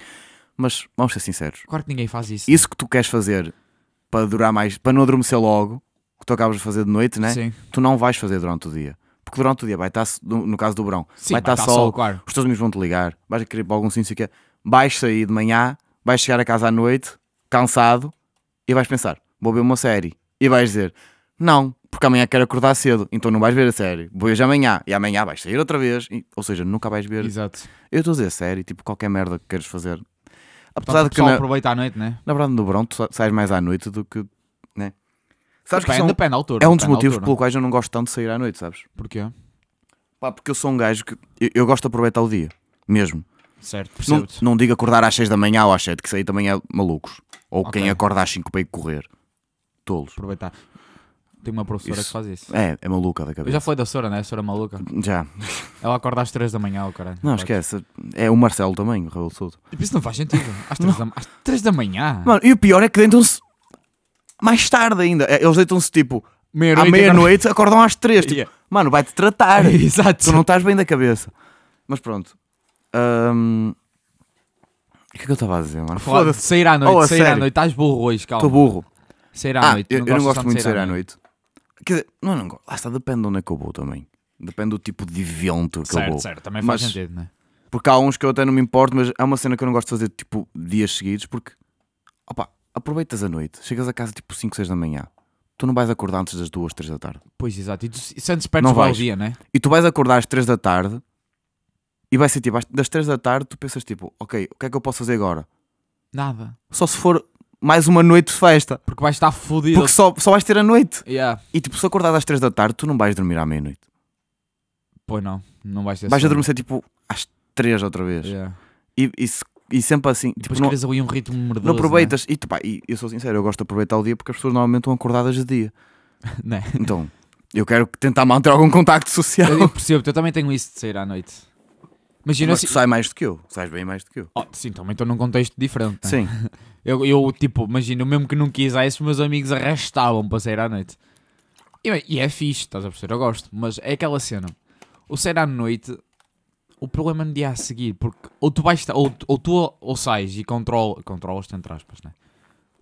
S2: Mas vamos ser sinceros,
S1: Claro que ninguém faz isso.
S2: isso que tu queres fazer para durar mais, para não adormecer logo, que tu acabas de fazer de noite, né?
S1: Sim.
S2: tu não vais fazer durante o dia. Porque durante o dia vai estar, no no caso do verão,
S1: Sim,
S2: vai estar
S1: tá
S2: sol,
S1: claro.
S2: os teus amigos vão te ligar, vais querer ir para algum sítio que vais sair de manhã, vais chegar a casa à noite, cansado, e vais pensar, vou ver uma série. E vais dizer, não, porque amanhã quero acordar cedo, então não vais ver a série. Vou hoje amanhã, e amanhã vais sair outra vez, e- ou seja, nunca vais ver.
S1: Exato.
S2: Eu estou a dizer série, tipo qualquer merda que queres fazer.
S1: Portanto,
S2: Apesar
S1: o
S2: de que
S1: pessoal
S2: na,
S1: aproveita à noite, né?
S2: na verdade no verão tu sa- sais mais à noite do que, né? Sabes que
S1: depende,
S2: são-
S1: depende da altura.
S2: é um
S1: depende
S2: dos
S1: da
S2: motivos
S1: altura.
S2: pelo quais eu não gosto tanto de sair à noite, sabes?
S1: Porquê?
S2: Pá, porque eu sou um gajo que eu, eu gosto de aproveitar o dia, mesmo.
S1: Certo,
S2: Não,
S1: percebo-te.
S2: não digo acordar às 6 da manhã ou às 7, que isso aí também é malucos. Ou
S1: Ok.
S2: quem acorda às 5 para ir correr. Tolos.
S1: Aproveitar. Tem uma professora
S2: Isso.
S1: que faz isso.
S2: É, é maluca da
S1: Eu
S2: cabeça.
S1: já falei da Sora, né? A Sora maluca.
S2: Já.
S1: Ela acorda às 3 da manhã, o caralho.
S2: Não, esquece. É o Marcelo também, o Raul de Souto.
S1: Tipo, Isso não faz sentido. Às 3, da, às três da manhã.
S2: Mano, e o pior é que deitam-se mais tarde ainda. É, Eles deitam-se tipo à
S1: Meia-noite. é
S2: meia-noite, acordam às 3. Tipo,
S1: Yeah.
S2: mano, vai-te tratar.
S1: *laughs* Exato.
S2: tu não estás bem da cabeça. Mas pronto. Ahm, O que é que eu estava a dizer, mano?
S1: Falar de
S2: Foda-se.
S1: Sair à noite,
S2: Oh, a
S1: sair à
S2: sério.
S1: noite. Estás burro hoje,
S2: Estou
S1: calma.
S2: burro.
S1: Sair à
S2: Ah,
S1: noite.
S2: eu, eu não gosto
S1: tanto
S2: muito de sair à noite. Quer dizer, não, não gosto. Lá está, depende de onde é que eu vou também. Depende do tipo de evento que eu
S1: Certo,
S2: vou.
S1: certo. Também faz
S2: Mas-
S1: sentido, né?
S2: Porque há uns que eu até não me importo, mas há uma cena que eu não gosto de fazer tipo dias seguidos, porque opa, aproveitas a noite, chegas a casa tipo 5, 6 da manhã. Tu não vais acordar antes das 2, 3 da tarde.
S1: Pois, exato. E tu se- sentes perto
S2: Não
S1: do
S2: vais.
S1: dia, né?
S2: E tu vais acordar às 3 da tarde e vai ser tipo, às- das 3 da tarde tu pensas tipo, ok, o que é que eu posso fazer agora?
S1: Nada.
S2: Só se for mais uma noite de festa.
S1: Porque vais estar fodido.
S2: Porque só, só vais ter a noite.
S1: Yeah.
S2: E tipo, se acordar às 3 da tarde, tu não vais dormir à meia-noite.
S1: Pois não. Não vais ter
S2: Vais
S1: sono.
S2: adormecer tipo às 3 outra vez.
S1: Yeah.
S2: E, e se- e sempre assim, tipo,
S1: Depois
S2: não,
S1: queres ali um ritmo merdoso.
S2: não aproveitas. E, tu, pá, e eu sou sincero, eu gosto de aproveitar o dia porque as pessoas normalmente estão acordadas
S1: *laughs*
S2: de dia.
S1: Né?
S2: *laughs* Então, eu quero que- tentar manter algum contacto social.
S1: Eu, eu percebo, eu também tenho isso de sair à noite. Imagina
S2: Mas
S1: assim.
S2: tu sai mais do que eu, sais bem mais do que eu.
S1: Oh, sim, também estou num contexto diferente. né?
S2: Sim,
S1: Eu, eu, tipo, imagina, eu mesmo que não quisesse, meus amigos arrastavam para sair à noite. E, bem, e é fixe, estás a perceber? Eu gosto. Mas é aquela cena. O sair à noite, o problema é no dia a seguir. Porque ou tu vais estar, ou, tu- ou tu ou sais e control, controlas-te, entre aspas, né?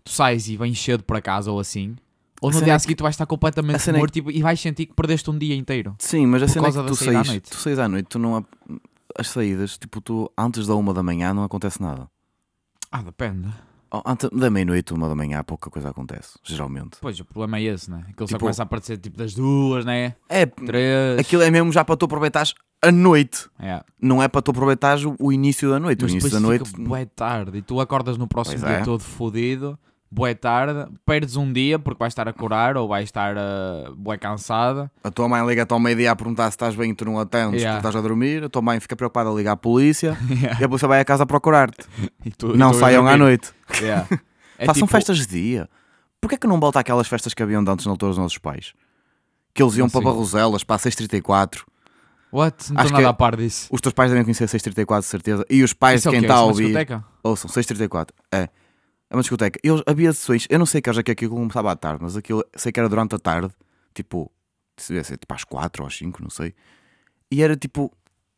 S1: Tu sais e vens cedo para casa ou assim. Ou
S2: A
S1: no
S2: cena
S1: dia
S2: é
S1: a
S2: que-
S1: seguir tu vais estar
S2: a
S1: completamente
S2: cena é
S1: morto e- e vais sentir que perdeste um dia inteiro.
S2: sim, mas a
S1: Por
S2: cena é
S1: causa
S2: que
S1: da
S2: tu
S1: saída à
S2: saís,
S1: noite.
S2: tu saís à noite, tu não há- as saídas, tipo, tu antes da uma da manhã não acontece nada.
S1: Ah, depende.
S2: Ou Antes da meia-noite, uma da manhã, pouca coisa acontece, geralmente.
S1: Pois, o problema é esse, né? Aquilo só
S2: Tipo-
S1: começa a aparecer tipo das duas, né?
S2: É,
S1: Três.
S2: aquilo é mesmo já para tu aproveitares a noite.
S1: É.
S2: Não é para tu aproveitares o, o início da noite.
S1: Mas
S2: o início
S1: depois
S2: da noite.
S1: fica bué tarde e tu acordas no próximo
S2: Pois
S1: dia
S2: é.
S1: todo fodido, bué tarde, perdes um dia porque vais estar a curar ou vais estar uh, bué cansada.
S2: A tua mãe liga-te ao meio-dia a "Ah, perguntar se estás bem e tu não atendes,
S1: Yeah.
S2: porque estás a dormir. A tua mãe fica preocupada a ligar
S1: *laughs*
S2: à polícia e a polícia vai a casa procurar-te.
S1: E tu-
S2: Não
S1: e tu
S2: saiam à
S1: dormir.
S2: noite. *laughs*
S1: Yeah. É
S2: Façam
S1: tipo,
S2: festas de dia. Porquê é que não volta àquelas festas que haviam de antes na altura dos nossos pais? Que eles iam
S1: Assim.
S2: para Barroselas, para a 634.
S1: What? Não estou
S2: Acho que
S1: nada
S2: é-
S1: a par disso.
S2: Os teus pais devem conhecer a 634, de certeza. E os pais
S1: Isso
S2: de
S1: é o
S2: quem
S1: quê?
S2: está
S1: Isso
S2: a
S1: é uma
S2: ouvir.
S1: discoteca?
S2: Ouçam, 634. É. É uma discoteca. Eles, havia sessões. Eu não sei que horas é que aquilo começava à tarde, mas aquilo sei que era durante a tarde. Tipo, se devia ser tipo às 4 ou às 5, não sei. E era tipo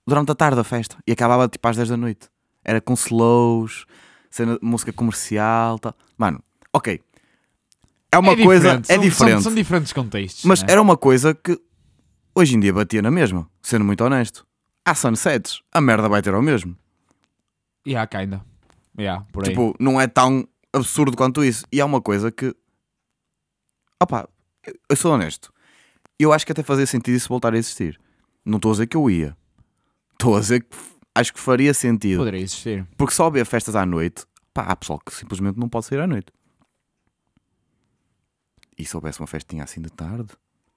S2: durante a tarde a festa. E acabava tipo às 10 da noite. Era com slows, cena, música comercial. Tá. Mano, ok. É uma
S1: É
S2: coisa.
S1: diferente,
S2: É
S1: são-
S2: diferente.
S1: São, são diferentes contextos.
S2: Mas
S1: né?
S2: era uma coisa que hoje em dia batia na mesma, sendo muito honesto. Há sunsets, a merda vai ter ao mesmo.
S1: Yeah, kinda. Yeah, por aí.
S2: Tipo, não é tão absurdo quanto isso. E há uma coisa que. Opá, eu- eu sou honesto. Eu acho que até fazia sentido isso voltar a existir. Não estou a dizer que eu ia. Estou a dizer que f- acho que faria sentido.
S1: Poderia existir.
S2: Porque só haver festas à noite, pá, há pessoal que simplesmente não pode sair à noite. E se houvesse uma festinha assim de tarde?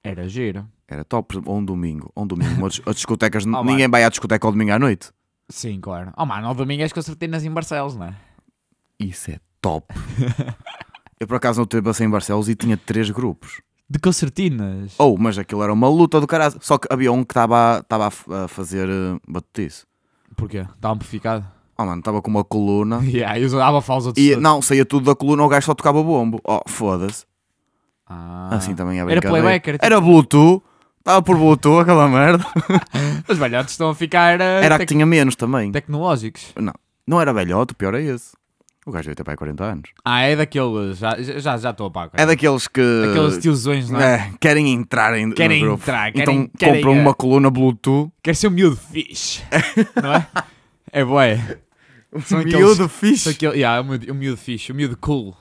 S1: Era giro.
S2: Era top, por exemplo, ou um domingo, ou um domingo, uma dis- *laughs* as discotecas,
S1: mano.
S2: ninguém vai à discoteca ao domingo à noite.
S1: Sim, claro. Oh mano, ao domingo és concertinas em Barcelos, não é?
S2: Isso é top. Eu por acaso no tempo passei em Barcelos e tinha três grupos.
S1: De concertinas.
S2: Ou, Oh, mas aquilo era uma luta do caralho. Só que havia um que estava a- estava a f- a fazer uh, batutice.
S1: Porquê? Está amplificado.
S2: Oh mano, estava com uma coluna
S1: *laughs* Yeah, eu dava falsa de
S2: e não, saía tudo da coluna, o gajo só tocava bombo. Oh, foda-se.
S1: Ah.
S2: Assim também é
S1: Era
S2: brincadeira.
S1: playback, era tipo-
S2: Era Bluetooth, estava por Bluetooth aquela merda.
S1: Os velhotes estão a ficar eh,
S2: Era a que
S1: tec-
S2: tinha menos também.
S1: tecnológicos.
S2: Não era velhote, o pior é esse. O O gajo deve ter para aí 40 anos.
S1: Ah, é daqueles. Já estou já, já estou a pá.
S2: É daqueles que
S1: Aqueles tiozões, não é?
S2: é, querem entrar em, no
S1: Querem
S2: grupo.
S1: entrar,
S2: então
S1: querem- querem,
S2: compram
S1: eh,
S2: uma coluna Bluetooth.
S1: Quer ser um miúdo
S2: *laughs*
S1: fixe. não é? É boé. São aqueles-
S2: Miúdo *laughs* fixe.
S1: Aquele, yeah, um, miúdo, um miúdo fixe, um miúdo cool.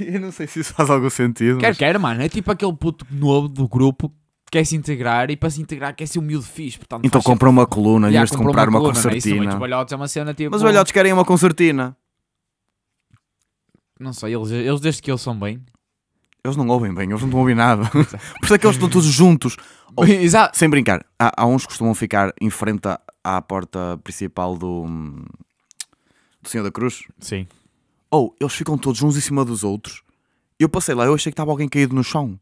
S2: Eu não sei se isso faz algum sentido.
S1: Quer,
S2: mas-
S1: quer, mano. É tipo aquele puto novo do grupo que quer se integrar e para se integrar quer ser um miúdo fixe. Portanto,
S2: Então
S1: faz sempre-
S2: compram uma coluna em
S1: Yeah,
S2: vez de
S1: comprou
S2: comprar uma,
S1: coluna, não é? Isso também,
S2: concertina.
S1: Os balhotes é uma cena tipo.
S2: Mas os velhotes querem uma concertina.
S1: Não sei, eles, eles desde que eles são bem.
S2: Eles não ouvem bem, eles não estão a
S1: *laughs*
S2: ouvir nada. Por isso é que eles estão todos juntos. Oh.
S1: Exato.
S2: Sem brincar, há, há uns que costumam ficar em frente à, à porta principal do, hum, do Senhor da Cruz.
S1: Sim.
S2: Ou eles ficam todos uns em cima dos outros. Eu passei lá, eu achei que estava alguém caído no chão.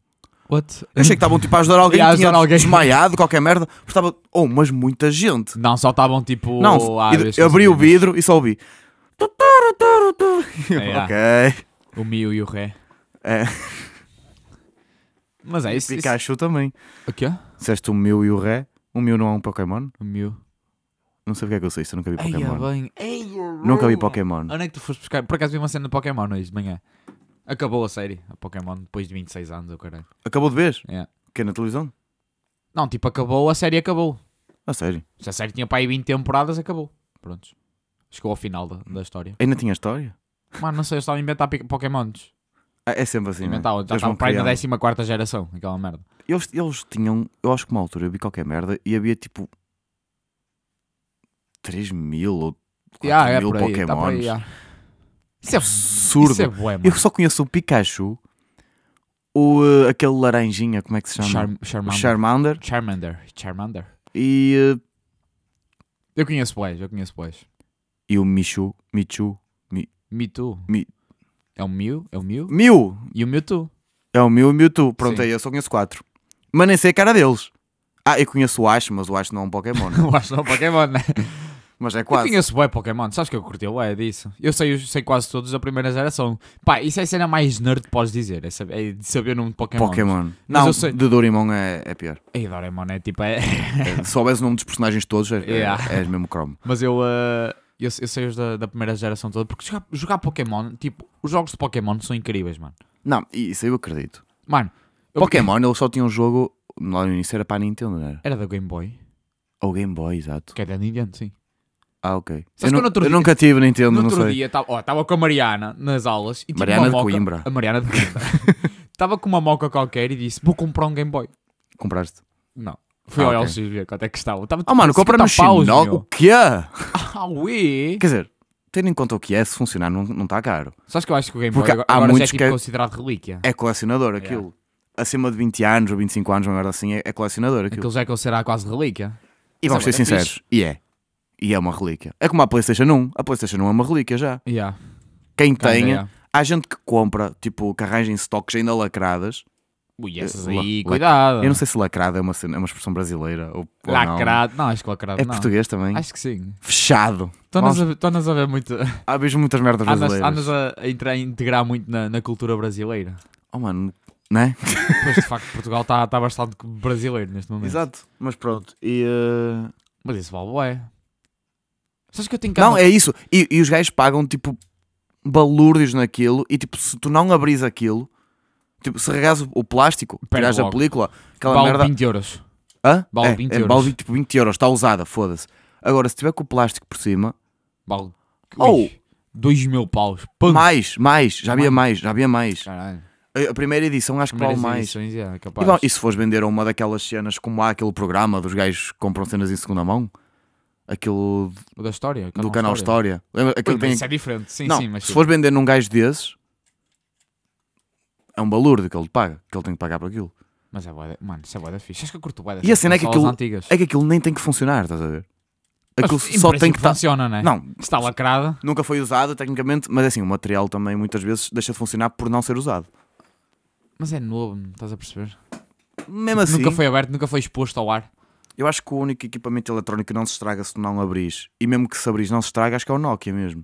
S1: What?
S2: Eu achei que estavam tipo a ajudar alguém,
S1: E *laughs* a
S2: tinha
S1: ajudar alguém.
S2: desmaiado, qualquer merda. Mas Estava, oh, mas muita gente.
S1: Não, só estavam tipo.
S2: Não,
S1: ah,
S2: e de-
S1: deixa
S2: eu
S1: eu
S2: abri
S1: saber.
S2: o vidro e só ouvi. Tu, tu, tu,
S1: *laughs*
S2: tu, tu. Eu,
S1: É,
S2: ok.
S1: O Mio e o Ré.
S2: É.
S1: Mas é isso. isso-
S2: Pikachu também.
S1: O quê?
S2: Disseste o meu e o ré. O meu não é um Pokémon?
S1: O Mio.
S2: Não sei porque é que eu sei isto, eu nunca vi
S1: Ai, é
S2: Pokémon.
S1: bem. Ei, horror.
S2: Nunca vi Pokémon.
S1: Onde é que tu foste buscar? Por acaso vi uma cena de Pokémon hoje de manhã. Acabou a série, a Pokémon, depois de 26 anos, eu caralho.
S2: Acabou de vez?
S1: É.
S2: Que é na televisão?
S1: Não, tipo, acabou, a série acabou.
S2: A sério?
S1: Se a série tinha para aí 20 temporadas, acabou. Prontos. Chegou ao final da, da história.
S2: Ainda tinha história?
S1: Mano, não sei, eu estava a inventar pica- Pokémons.
S2: Ah, É sempre assim. né?
S1: Inventava, já tá um
S2: Eles
S1: estava
S2: vão
S1: para aí na
S2: criando.
S1: 14 geração, aquela merda.
S2: Eles, eles tinham, eu acho que uma altura eu vi qualquer merda e havia tipo 3 mil ou 4
S1: Yeah, é
S2: mil
S1: por aí, tá por aí,
S2: Pokémons.
S1: yeah. Isso é
S2: Absurdo.
S1: Isso é bué, mano.
S2: Eu só conheço o Pikachu, o, eh, aquele laranjinha, como é que se chama?
S1: Charm-
S2: o
S1: Charmander.
S2: Charmander
S1: Charmander. Charmander.
S2: e, eh,
S1: Eu conheço boés, eu conheço boés.
S2: e o Michu. Michu.
S1: Me Too.
S2: Mi-
S1: É o Mew, é o Mew
S2: Mew!
S1: e o Mewtwo. *laughs*
S2: É o Mew e o Mewtwo. Pronto,
S1: Sim.
S2: aí eu só conheço 4. Mas nem sei a cara deles. Ah, eu conheço o Ash, mas o Ash não é
S1: *laughs*
S2: um Pokémon.
S1: Eu acho que não é um Pokémon, né?
S2: mas é quase.
S1: Eu conheço bué Pokémon, sabes que eu curti bué disso. Eu sei, eu sei quase todos da primeira geração. Pá, isso é a cena mais nerd que podes dizer, é, saber, é de saber o nome de Pokémon.
S2: Pokémon.
S1: Mas
S2: Não,
S1: eu sei-
S2: de Dorimon é, é
S1: *laughs*
S2: pior.
S1: Ei, Doraemon é tipo... É... *laughs*
S2: É, Se soubesse o nome dos personagens todos, é, é-
S1: Yeah.
S2: és mesmo cromo.
S1: Mas eu, eh, eu, eu sei os da, da primeira geração toda, porque jogar, jogar Pokémon, tipo, os jogos de Pokémon são incríveis, mano.
S2: Não, isso aí eu acredito.
S1: Mano, eu-
S2: Pokémon, ele só tinha um jogo lá no início, era para a Nintendo, não era?
S1: Era da Game Boy,
S2: Ou Game Boy, exato.
S1: que é da Nintendo, sim.
S2: Ah, ok.
S1: Sabes que eu
S2: Eu, nu-
S1: no outro
S2: eu
S1: dia-
S2: nunca tive Nintendo,
S1: No
S2: não
S1: outro
S2: sei.
S1: dia estava com a Mariana nas aulas e tipo,
S2: Mariana
S1: uma
S2: de
S1: moca,
S2: Coimbra.
S1: A Mariana de
S2: *laughs*
S1: Coimbra. Estava com uma moca qualquer e disse: Vou comprar um Game Boy.
S2: Compraste.
S1: Não. Fui
S2: Ah,
S1: ao
S2: ok.
S1: LX ver quanto é que tá estava. Tava,
S2: Ah, mano, compra no
S1: 50 paus,
S2: China. O
S1: meu.
S2: quê?
S1: Ah, ué.
S2: Quer dizer, tendo em conta o que é, se funcionar, não está caro.
S1: Sabes que eu acho que o Game Boy
S2: Porque
S1: agora,
S2: há
S1: agora já é
S2: muitos
S1: tipo
S2: que-
S1: considerado relíquia.
S2: É colecionador aquilo. Acima de 20 anos ou 25 anos, uma merda assim, é, é colecionador aquilo.
S1: Aquilo já é considerado quase relíquia.
S2: E vamos
S1: Isso é
S2: ser
S1: bué da
S2: sinceros, e é. E é uma relíquia. É como a PlayStation 1. A PlayStation 1 é uma relíquia já.
S1: Yeah,
S2: Quem
S1: kinda,
S2: tenha,
S1: yeah.
S2: Há gente que compra, tipo, que arranja em stocks ainda lacradas.
S1: Ui,
S2: Eh,
S1: essas
S2: la-
S1: aí,
S2: la-
S1: cuidado.
S2: Eu não sei se lacrada é uma, cena- é uma expressão brasileira ou, ou não.
S1: Lacrado. Não, acho que lacrado
S2: É
S1: não.
S2: português também.
S1: Acho que sim.
S2: Fechado.
S1: Estão-nos
S2: Nós-
S1: a, estão-nos a ver muito.
S2: *laughs* Há mesmo muitas merdas
S1: Andas,
S2: brasileiras.
S1: andas a, a entrar- a integrar muito na, na cultura brasileira.
S2: Oh, mano, né?
S1: Pois de facto, Portugal está tá bastante brasileiro neste momento.
S2: Exato. Mas pronto. E, eh,
S1: Mas isso vale bué. Sabes que eu tenho cá
S2: Não,
S1: uma-
S2: é isso. E, e os gajos pagam, tipo, balúrdios naquilo. E, tipo, se tu não abris aquilo, tipo, se regás o, o plástico,
S1: Perde
S2: tirares a
S1: logo.
S2: película, aquela
S1: vale
S2: é merda.
S1: 20 euros.
S2: Hã?
S1: vale
S2: é,
S1: 20
S2: é,
S1: euros.
S2: Vale tipo 20 euros. Está usada, foda-se. Agora, se tiver com o plástico por cima,
S1: Vale.
S2: Ou-
S1: 2 mil paus. Pum.
S2: Oh! Mais, mais, já havia mais, já havia mais.
S1: Caralho.
S2: A a primeira edição acho que vale
S1: Primeiras
S2: mais.
S1: edições, é,
S2: E,
S1: capaz.
S2: bom, e se fores vender a uma daquelas cenas como há aquele programa dos gajos que compram cenas em segunda mão? Aquilo
S1: O da história. o
S2: do canal História. Lembra? Aquilo
S1: Ui, mas
S2: tem...
S1: Isso é diferente. Sim,
S2: Não,
S1: sim, mas
S2: se
S1: sim.
S2: fores vender num gajo desses, é um balúrdio que ele te paga, que ele tem que pagar por aquilo.
S1: Mas é boa, mano, isso é boa da fixe. Acho que eu curto boa
S2: E a cena é que aquilo-
S1: Antigas.
S2: É que aquilo nem tem que funcionar, estás a ver? Aquilo
S1: Mas, em
S2: só tem
S1: princípio,
S2: que estar.
S1: Funciona, né?
S2: Não,
S1: Se Está lacrada.
S2: nunca foi usado tecnicamente, mas é assim, o material também muitas vezes deixa de funcionar por não ser usado.
S1: Mas é novo, estás a perceber?
S2: Mesmo assim.
S1: Nunca foi aberto, nunca foi exposto ao ar.
S2: Eu acho que o único equipamento eletrónico que não se estraga se tu não abris. E mesmo que se abris não se estraga, acho que é o Nokia mesmo.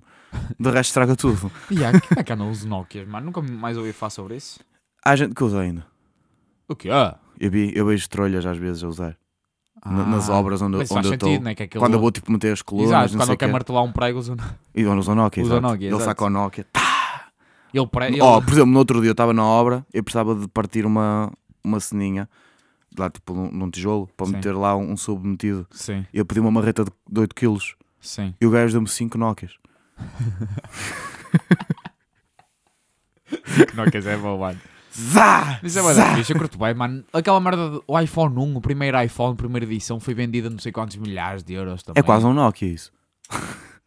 S2: De resto estraga tudo.
S1: *laughs* E há, como é que eu não uso Nokia, mano? Nunca mais ouvi falar sobre isso.
S2: Há gente que usa ainda.
S1: O quê? Ah,
S2: Eu, vi, eu vejo trolhas às vezes a usar. na- nas
S1: Ah,
S2: obras onde,
S1: Mas isso
S2: onde
S1: faz
S2: eu estou.
S1: sentido, né? Que aquilo...
S2: Quando eu vou tipo meter as colunas,
S1: Exato,
S2: não
S1: quando
S2: sei o
S1: ele quer
S2: quê.
S1: martelar um prego, usa-
S2: E onde usa o Nokia,
S1: Usa o
S2: exato.
S1: Nokia,
S2: Ele
S1: exato.
S2: saca o Nokia.
S1: ele, pre... ele... é-
S2: Oh, Tá, por exemplo, no outro dia eu estava na obra, eu precisava de partir uma, uma ceninha, lá tipo num, num tijolo, para
S1: Sim.
S2: meter lá um, um submetido.
S1: Sim,
S2: Eu pedi uma marreta de, de 8 kg
S1: sim.
S2: e o gajo deu-me 5 Nokias.
S1: *laughs* Não quer dizer, é vou lá.
S2: Zá!
S1: Isso é verdade, bicho, eu curto bem, mano. Aquela merda do iPhone 1, o primeiro iPhone, primeira edição, foi vendida não sei quantos milhares de euros também.
S2: É quase um Nokia isso.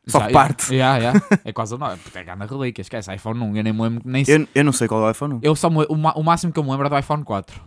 S2: Só
S1: Exato,
S2: que parte.
S1: É, yeah,
S2: *laughs*
S1: yeah. é quase não. É grande relíquia, esquece. iPhone 1, eu nem me lembro. Nem sei.
S2: Eu, eu não sei qual é o iPhone.
S1: Eu só me- o, ma- o máximo que eu me lembro é do iPhone 4.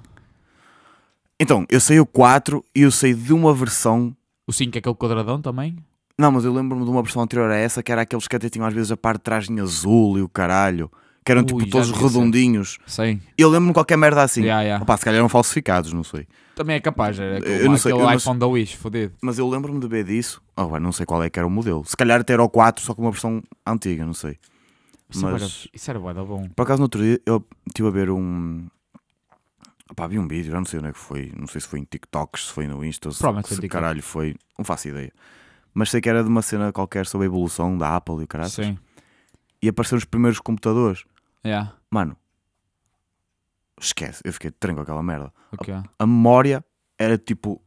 S2: Então, eu sei o 4 e eu sei de uma versão.
S1: O 5 é aquele quadradão também.
S2: Não, mas eu lembro-me de uma versão anterior a essa que era aqueles que até tinham às vezes a parte de trás em azul e o caralho. Que eram tipo
S1: Ui, já
S2: todos
S1: devia ser.
S2: redondinhos.
S1: Sim.
S2: Eu lembro-me de qualquer merda assim.
S1: Yeah, yeah.
S2: Opa, se calhar eram falsificados, não sei.
S1: Também é capaz, era aquele,
S2: Eu não sei,
S1: aquele
S2: eu não
S1: iPhone da Wish, fodido.
S2: Mas eu lembro-me de ver disso. Oh, bem, não sei qual é que era o modelo. Se calhar até era o 4, só com uma versão antiga, não sei.
S1: Isso
S2: Mas-
S1: era- Isso era bué da bom.
S2: Por acaso, no outro dia, eu estive a ver um. Pá, vi um vídeo, já não sei onde é que foi. Não sei se foi em TikToks, se foi no Insta, se,
S1: Provavelmente
S2: se
S1: foi em TikTok.
S2: caralho foi. Não faço ideia. Mas sei que era de uma cena qualquer sobre a evolução da Apple e o caralho.
S1: Sim.
S2: E apareceram os primeiros computadores.
S1: Yeah.
S2: Mano, esquece. Eu fiquei tranco aquela merda.
S1: Ok.
S2: A memória era tipo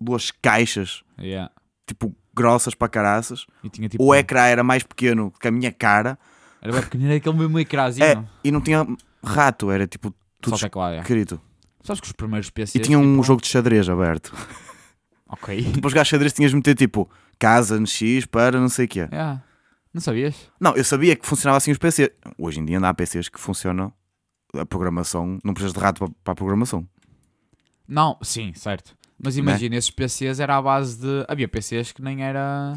S2: duas caixas,
S1: Yeah.
S2: tipo grossas para caraças.
S1: E tinha tipo.
S2: O ecrã era mais pequeno que a minha cara.
S1: Era bem pequenino, era aquele mesmo ecrãzinho.
S2: É, e não tinha rato, era tipo tudo
S1: Só teclado, é.
S2: escrito.
S1: Sabes que os primeiros PCs.
S2: E tinha um jogo de xadrez aberto. *laughs*
S1: Ok. *laughs*
S2: Para jogar xadrez tinhas de meter tipo casa no X para não sei o quê.
S1: Yeah. Não sabias?
S2: Não, eu sabia que funcionava assim os PCs. Hoje em dia ainda há PCs que funcionam a programação, não precisas de rato para, para a programação.
S1: Não, sim, certo. Mas
S2: Né?
S1: imagina, esses PCs era à base de. Havia PCs que nem era.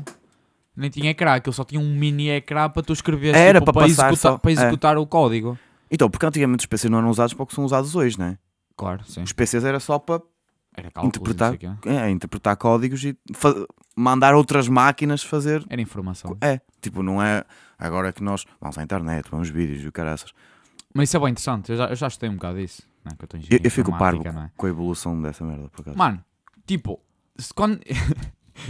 S1: Nem tinha ecrã, aquilo só tinha um mini ecrã para tu escreveres
S2: Era
S1: tipo,
S2: para passar
S1: executar,
S2: só,
S1: para
S2: é.
S1: executar o código.
S2: Então, porque antigamente os PCs não eram usados para o que são usados hoje, né?
S1: Claro, sim.
S2: Os PCs era só para
S1: Era cálculos,
S2: Interpretar.
S1: não sei o quê.
S2: é, interpretar códigos e fa- mandar outras máquinas fazer.
S1: Era informação.
S2: É, tipo, não é agora que nós vamos à internet, vamos vídeos e o caraças.
S1: Mas isso é bem interessante, eu já, eu já estudei um bocado disso. Não, é que eu, estou em
S2: Eu,
S1: engenharia
S2: eu fico parvo
S1: informática, não é?
S2: com a evolução dessa merda, por acaso.
S1: Mano, tipo, se quando. *laughs*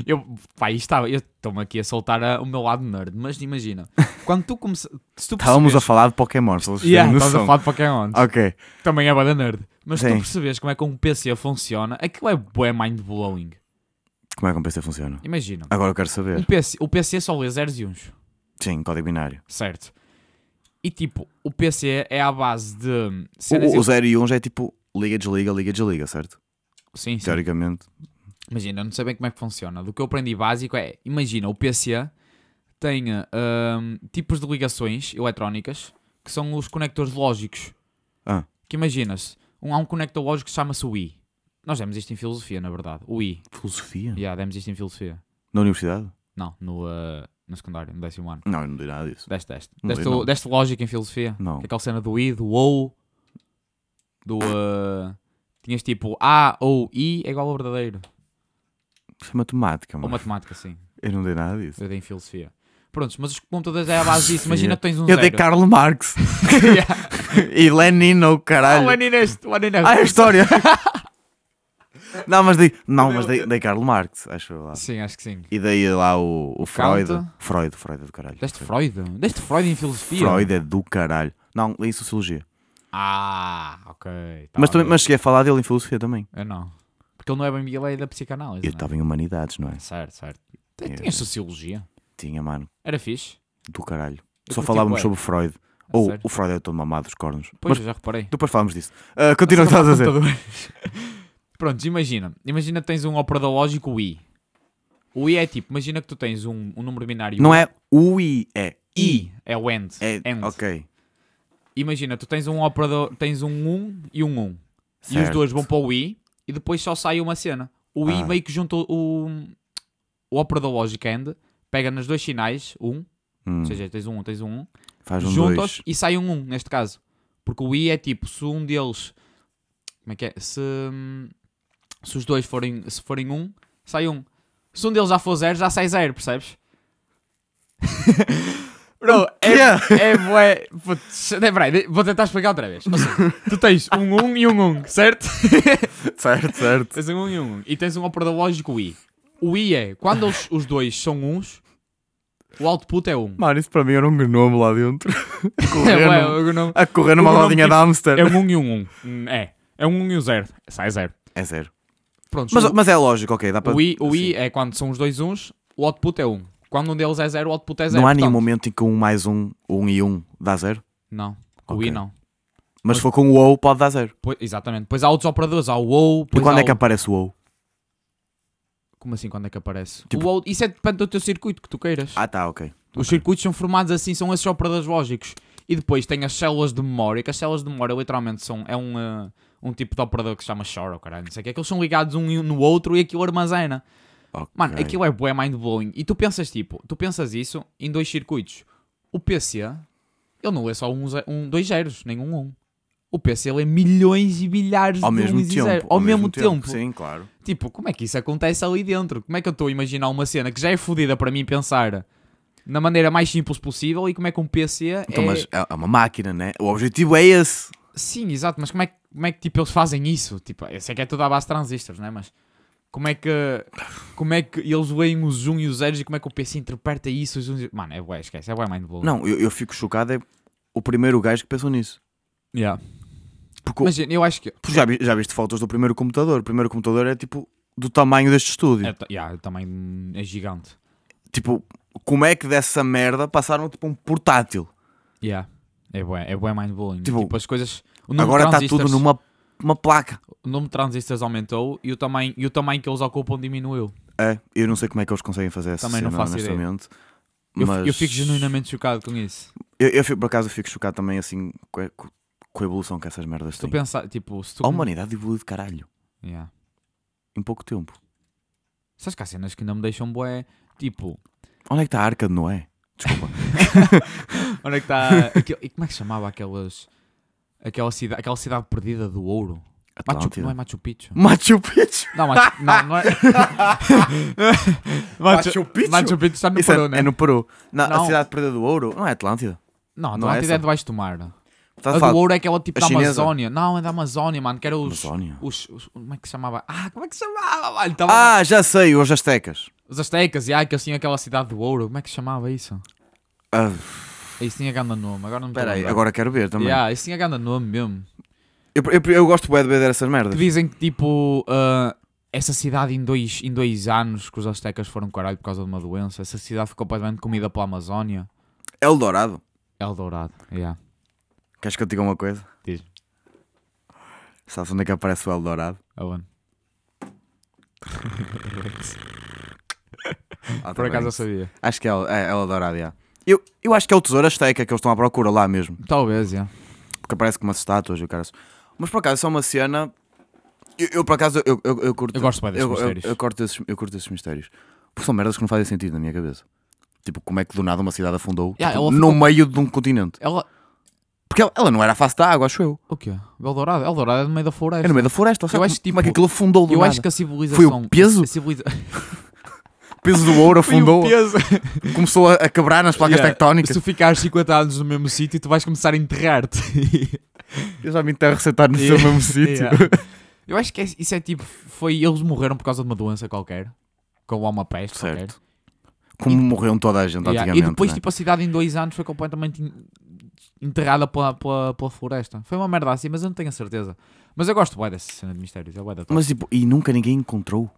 S1: eu, pá, isto estava. Eu estou-me aqui a soltar a- o meu lado nerd, mas imagina, quando tu começas. Se tu
S2: Estávamos a
S1: percebes-
S2: falar de Pokémon, se vocês
S1: Yeah,
S2: terem
S1: estás a
S2: noção.
S1: falar de Pokémon.
S2: Ok.
S1: Também é bada nerd. Mas se tu
S2: Sim.
S1: percebes como é que um PC funciona, aquilo é bué mind-blowing.
S2: Como é que um PC funciona?
S1: Imagina.
S2: Agora eu quero
S1: Um
S2: saber.
S1: PC, o PC só lê zeros e uns,
S2: Sim, código binário.
S1: certo? E tipo, o PC é à base de...
S2: O,
S1: cenas
S2: o,
S1: e-
S2: 0 e 1 já é tipo liga, desliga, liga, desliga, certo?
S1: Sim, sim.
S2: Teoricamente.
S1: Imagina, eu não sei bem como é que funciona. Do que eu aprendi básico é, imagina, o PC tem hum, tipos de ligações eletrónicas que são os conectores lógicos.
S2: Ah.
S1: Que imaginas, um, há um conector lógico que chama-se o I. Nós demos isto em filosofia, na verdade. O I.
S2: Filosofia?
S1: Yeah, demos isto em filosofia.
S2: Na universidade?
S1: Não, no, eh, no secundário, no décimo ano.
S2: Não, eu não dei nada disso.
S1: Deste teste.
S2: Não
S1: Deste,
S2: dei, não.
S1: deste lógica em filosofia. é
S2: Não.
S1: Aquela cena do I, do OU, do. eh, tinhas tipo A ou I é igual ao verdadeiro.
S2: Isso é matemática,
S1: Ou
S2: mano.
S1: matemática, sim.
S2: Eu não dei nada disso.
S1: Eu dei em filosofia. Prontos, mas os computadores é a base disso. Imagina que tens um
S2: Eu dei
S1: zero.
S2: Karl Marx *laughs*
S1: *laughs* Yeah.
S2: e Lenin, o
S1: Ah,
S2: caralho.
S1: o Anineste, o Anineste.
S2: Ah, é
S1: *laughs*
S2: a história! *laughs* não, mas dei, não, mas dei, dei Karl Marx, acho eu lá.
S1: Sim, acho que sim.
S2: E dei lá o, o Freud.
S1: Kant?
S2: Freud, Freud é do caralho.
S1: Deste Freud? Deste Freud em filosofia?
S2: Freud é do caralho. Não, li em Sociologia.
S1: Ah, ok. Tá
S2: mas,
S1: a
S2: também,
S1: ver.
S2: mas cheguei a falar dele em Filosofia também.
S1: Eu não. Porque ele não é bem ele é da psicanálise.
S2: Eu
S1: não é?
S2: estava em Humanidades, não é?
S1: Certo, certo.
S2: Eu-
S1: Tinha sociologia.
S2: Tinha, mano,
S1: Era fixe.
S2: do caralho.
S1: Eu
S2: Só
S1: curti
S2: falávamos
S1: bué.
S2: sobre Freud.
S1: A
S2: Ou
S1: sério.
S2: o Freud é todo mamado dos cornos.
S1: Pois, é.
S2: Mas
S1: eu já
S2: *laughs*
S1: reparei.
S2: depois falamos disso. Ah, continua o que estás a dizer.
S1: *laughs* Pronto, imagina. Imagina que tens um operador lógico o I. O I é tipo, imagina que tu tens um, um número binário.
S2: Não é UI, é I.
S1: I. É o end.
S2: É,
S1: end.
S2: ok.
S1: Imagina, tu tens um operador, tens um 1 e um 1. E os
S2: Certo.
S1: dois vão para o I e depois só sai uma cena. O I
S2: Ah.
S1: meio que junta o, o operador lógico end, pega nos dois sinais, 1,
S2: Hum,
S1: ou seja, tens um 1, tens um 1,
S2: faz um
S1: juntas
S2: dois.
S1: e sai um 1 neste caso. Porque o I é tipo, se um deles. Como é que é? Se, se os dois forem, se forem 1, sai 1. Se um deles já for 0, já sai 0, percebes? *laughs* Bro,
S2: Quê?
S1: é, é bué. Putz, peraí, de- vou tentar explicar outra vez. Ou seja, tu tens um 1 um e um 1, um, certo?
S2: *laughs* Certo, certo.
S1: tens um 1 um e um 1. Um. E tens um operador lógico I. O I é quando os, os dois são uns, o output é 1. Um.
S2: Mano, isso para mim era um gnomo
S1: *laughs*
S2: lá dentro.
S1: É, bué,
S2: Correndo,
S1: o gnome-
S2: a correr numa
S1: o gnomo
S2: rodinha de
S1: tipo-
S2: hamster.
S1: é um 1 um e um 1. Um. Hum, É. É um 1 um e um 0. Sai 0.
S2: É zero.
S1: Pronto,
S2: Mas,
S1: o,
S2: mas assim. é lógico, ok, dá para.
S1: o I, o I é quando são os dois uns, o output é 1. Um. Quando um deles é 0, o output é 0.
S2: Não há nenhum momento em que um mais um, um e um dá zero.
S1: Não. O
S2: Ok.
S1: I não.
S2: Mas se for com o ou, pode dar zero.
S1: Pois- exatamente. Pois há outros operadores. Há o OU.
S2: E
S1: pois
S2: quando
S1: há
S2: é que
S1: o-
S2: aparece o ou?
S1: Como assim quando é que aparece?
S2: Tipo-
S1: O out- isso é depende do teu circuito que tu queiras.
S2: Ah, tá, ok.
S1: Os circuitos são formados assim, são esses operadores lógicos. E depois tem as células de memória, que as células de memória literalmente são. É um, eh, um tipo de operador que se chama short ou caralho, não sei o que é que eles são ligados um no outro e aquilo armazena. Mano,
S2: Ok.
S1: aquilo é bué mind blowing. E tu pensas tipo, tu pensas isso em dois circuitos. O PC, ele não é só um, ze- um dois zeros, nem um um. O PC ele é milhões e milhares
S2: Ao
S1: de
S2: mesmo
S1: uns e
S2: tempo.
S1: zero. Ao, mesmo, tempo.
S2: Sim, claro.
S1: Tipo, como é que isso acontece ali dentro? Como é que eu estou a imaginar uma cena que já é fodida para mim pensar na maneira mais simples possível e como é que um PC
S2: Então,
S1: é...
S2: mas é é uma máquina, né? O objetivo é esse.
S1: Sim, exato, mas como é, que- como é que tipo, eles fazem isso? Tipo, eu sei que é tudo à base de transistores, né? Mas como é que como é que eles leem os 1 e os 0 e como é que o PC interpreta isso? Os uns e... Mano, é bué, esquece, é bué mind blowing.
S2: Não, eu, eu fico chocado. É o primeiro gajo que pensou nisso.
S1: Yeah.
S2: Porque o-
S1: Mas eu acho que...
S2: tu já, vi- já viste fotos do primeiro computador. O primeiro computador é tipo do tamanho deste estúdio.
S1: É, ta- yeah, também hum, é gigante.
S2: Tipo, como é que dessa merda passaram tipo um portátil?
S1: Yeah. É bué, é bué mind blowing.
S2: Tipo,
S1: Tipo, as coisas... o número de
S2: Agora está tudo
S1: transistores-
S2: numa uma placa.
S1: o número de transistores aumentou e o tamanho, e o tamanho que eles ocupam diminuiu.
S2: É, eu não sei como é que eles conseguem fazer essa
S1: Também não
S2: cena,
S1: faço ideia.
S2: honestamente.
S1: Eu,
S2: Mas
S1: fi- eu fico genuinamente chocado com isso.
S2: Eu, eu fico- por acaso, eu fico chocado também assim com a, com- com a evolução que essas merdas
S1: Se tu
S2: têm.
S1: pensar, tipo, se tu.
S2: A humanidade evoluiu de caralho
S1: Yeah.
S2: em pouco tempo.
S1: Sabes que há cenas que ainda me deixam boé. Tipo,
S2: Onde é que está a arca de Noé? Desculpa.
S1: onde é que está. aquele- e como é que se chamava aquelas. Aquela cidade, aquela cidade perdida do ouro? Machu,
S2: Atlântida.
S1: não é Machu Picchu?
S2: Machu Picchu.
S1: Não, Machu, não,
S2: *laughs*
S1: não é.
S2: Machu
S1: *laughs*
S2: Picchu?
S1: Machu Picchu está no
S2: Isso
S1: Peru,
S2: é,
S1: né?
S2: é no Peru. Na, A
S1: Não.
S2: cidade perdida do ouro não é Atlântida. Tá
S1: Não,
S2: não é
S1: Atlântida
S2: essa?
S1: é debaixo do mar.
S2: Estás
S1: A
S2: a falar
S1: do ouro é aquela tipo
S2: a
S1: da
S2: chinesa?
S1: Amazónia. Não, é da Amazónia, mano, que era
S2: de
S1: os.
S2: Amazónia.
S1: os, os- como é que se chamava? Ah, como é que se chamava, mano? Tava-
S2: Ah, já sei, os astecas.
S1: Os Aztecas, e ai que eles tinham aquela cidade do ouro, como é que se chamava isso?
S2: Ah,
S1: Isso tinha grande nome, agora não me
S2: Espera aí,
S1: lembro.
S2: agora quero ver também.
S1: Yeah, isso tinha grande nome mesmo.
S2: Eu, eu, eu gosto bué de ver essas
S1: Que
S2: merdas.
S1: dizem que tipo, ah, essa cidade em dois, em dois anos que os Aztecas foram caralho por causa de uma doença, essa cidade ficou completamente comida pela Amazónia.
S2: Eldorado.
S1: Eldorado, yeah.
S2: Queres que eu te diga uma coisa?
S1: Diz.
S2: Sabes onde é que aparece o Eldorado?
S1: Owen.
S2: Ah,
S1: Por
S2: tá
S1: acaso
S2: bem.
S1: eu sabia.
S2: Acho que é, El- é Eldorado, já. Eu, eu acho que é o tesouro asteca que eles estão à procura lá mesmo.
S1: Talvez, yeah.
S2: Porque aparece com umas estátuas e o cara. Mas por acaso, isso é uma cena. Eu, eu, por acaso, eu, eu, eu curto.
S1: Eu gosto bem desses
S2: eu, eu-
S1: mistérios.
S2: Eu, curto esses, eu curto esses mistérios. Porque são merdas que não fazem sentido na minha cabeça. Tipo, como é que do nada uma cidade afundou
S1: Yeah,
S2: tipo,
S1: ela
S2: no
S1: ficou-
S2: meio de um continente?
S1: Ela.
S2: Porque ela, ela não era à face da água, acho eu.
S1: O quê? Eldorado? Eldorado é no meio da
S2: Era
S1: floresta.
S2: no meio da floresta.
S1: Eu
S2: Eu
S1: acho,
S2: acho, como é que
S1: tipo,
S2: aquilo afundou do
S1: Eu
S2: nada?
S1: acho que a civilização.
S2: Foi
S1: *laughs*
S2: o peso?
S1: A
S2: *laughs*
S1: civiliza...
S2: O peso do ouro
S1: Foi o
S2: afundou. *laughs*
S1: peso.
S2: Começou a, a quebrar nas placas
S1: Yeah, Se
S2: tectónicas.
S1: tu ficares 50 anos no mesmo sítio, tu vais começar a
S2: *laughs*
S1: enterrar-te.
S2: Eu já me enterro
S1: *laughs*
S2: sentado no seu
S1: Yeah.
S2: mesmo sítio.
S1: Yeah. Eu acho que é- isso é tipo. Foi. Eles morreram por causa de uma doença qualquer. Como há uma peste
S2: Certo.
S1: qualquer.
S2: Como morreu toda a gente
S1: Yeah, E
S2: antigamente.
S1: depois,
S2: né?
S1: tipo, a cidade em dois anos foi completamente en- enterrada pela, pela, pela floresta. Foi uma merda assim, mas eu não tenho a certeza. Mas eu gosto bem dessa cena de mistérios. Eu bué da top.
S2: Mas tipo, e nunca ninguém encontrou.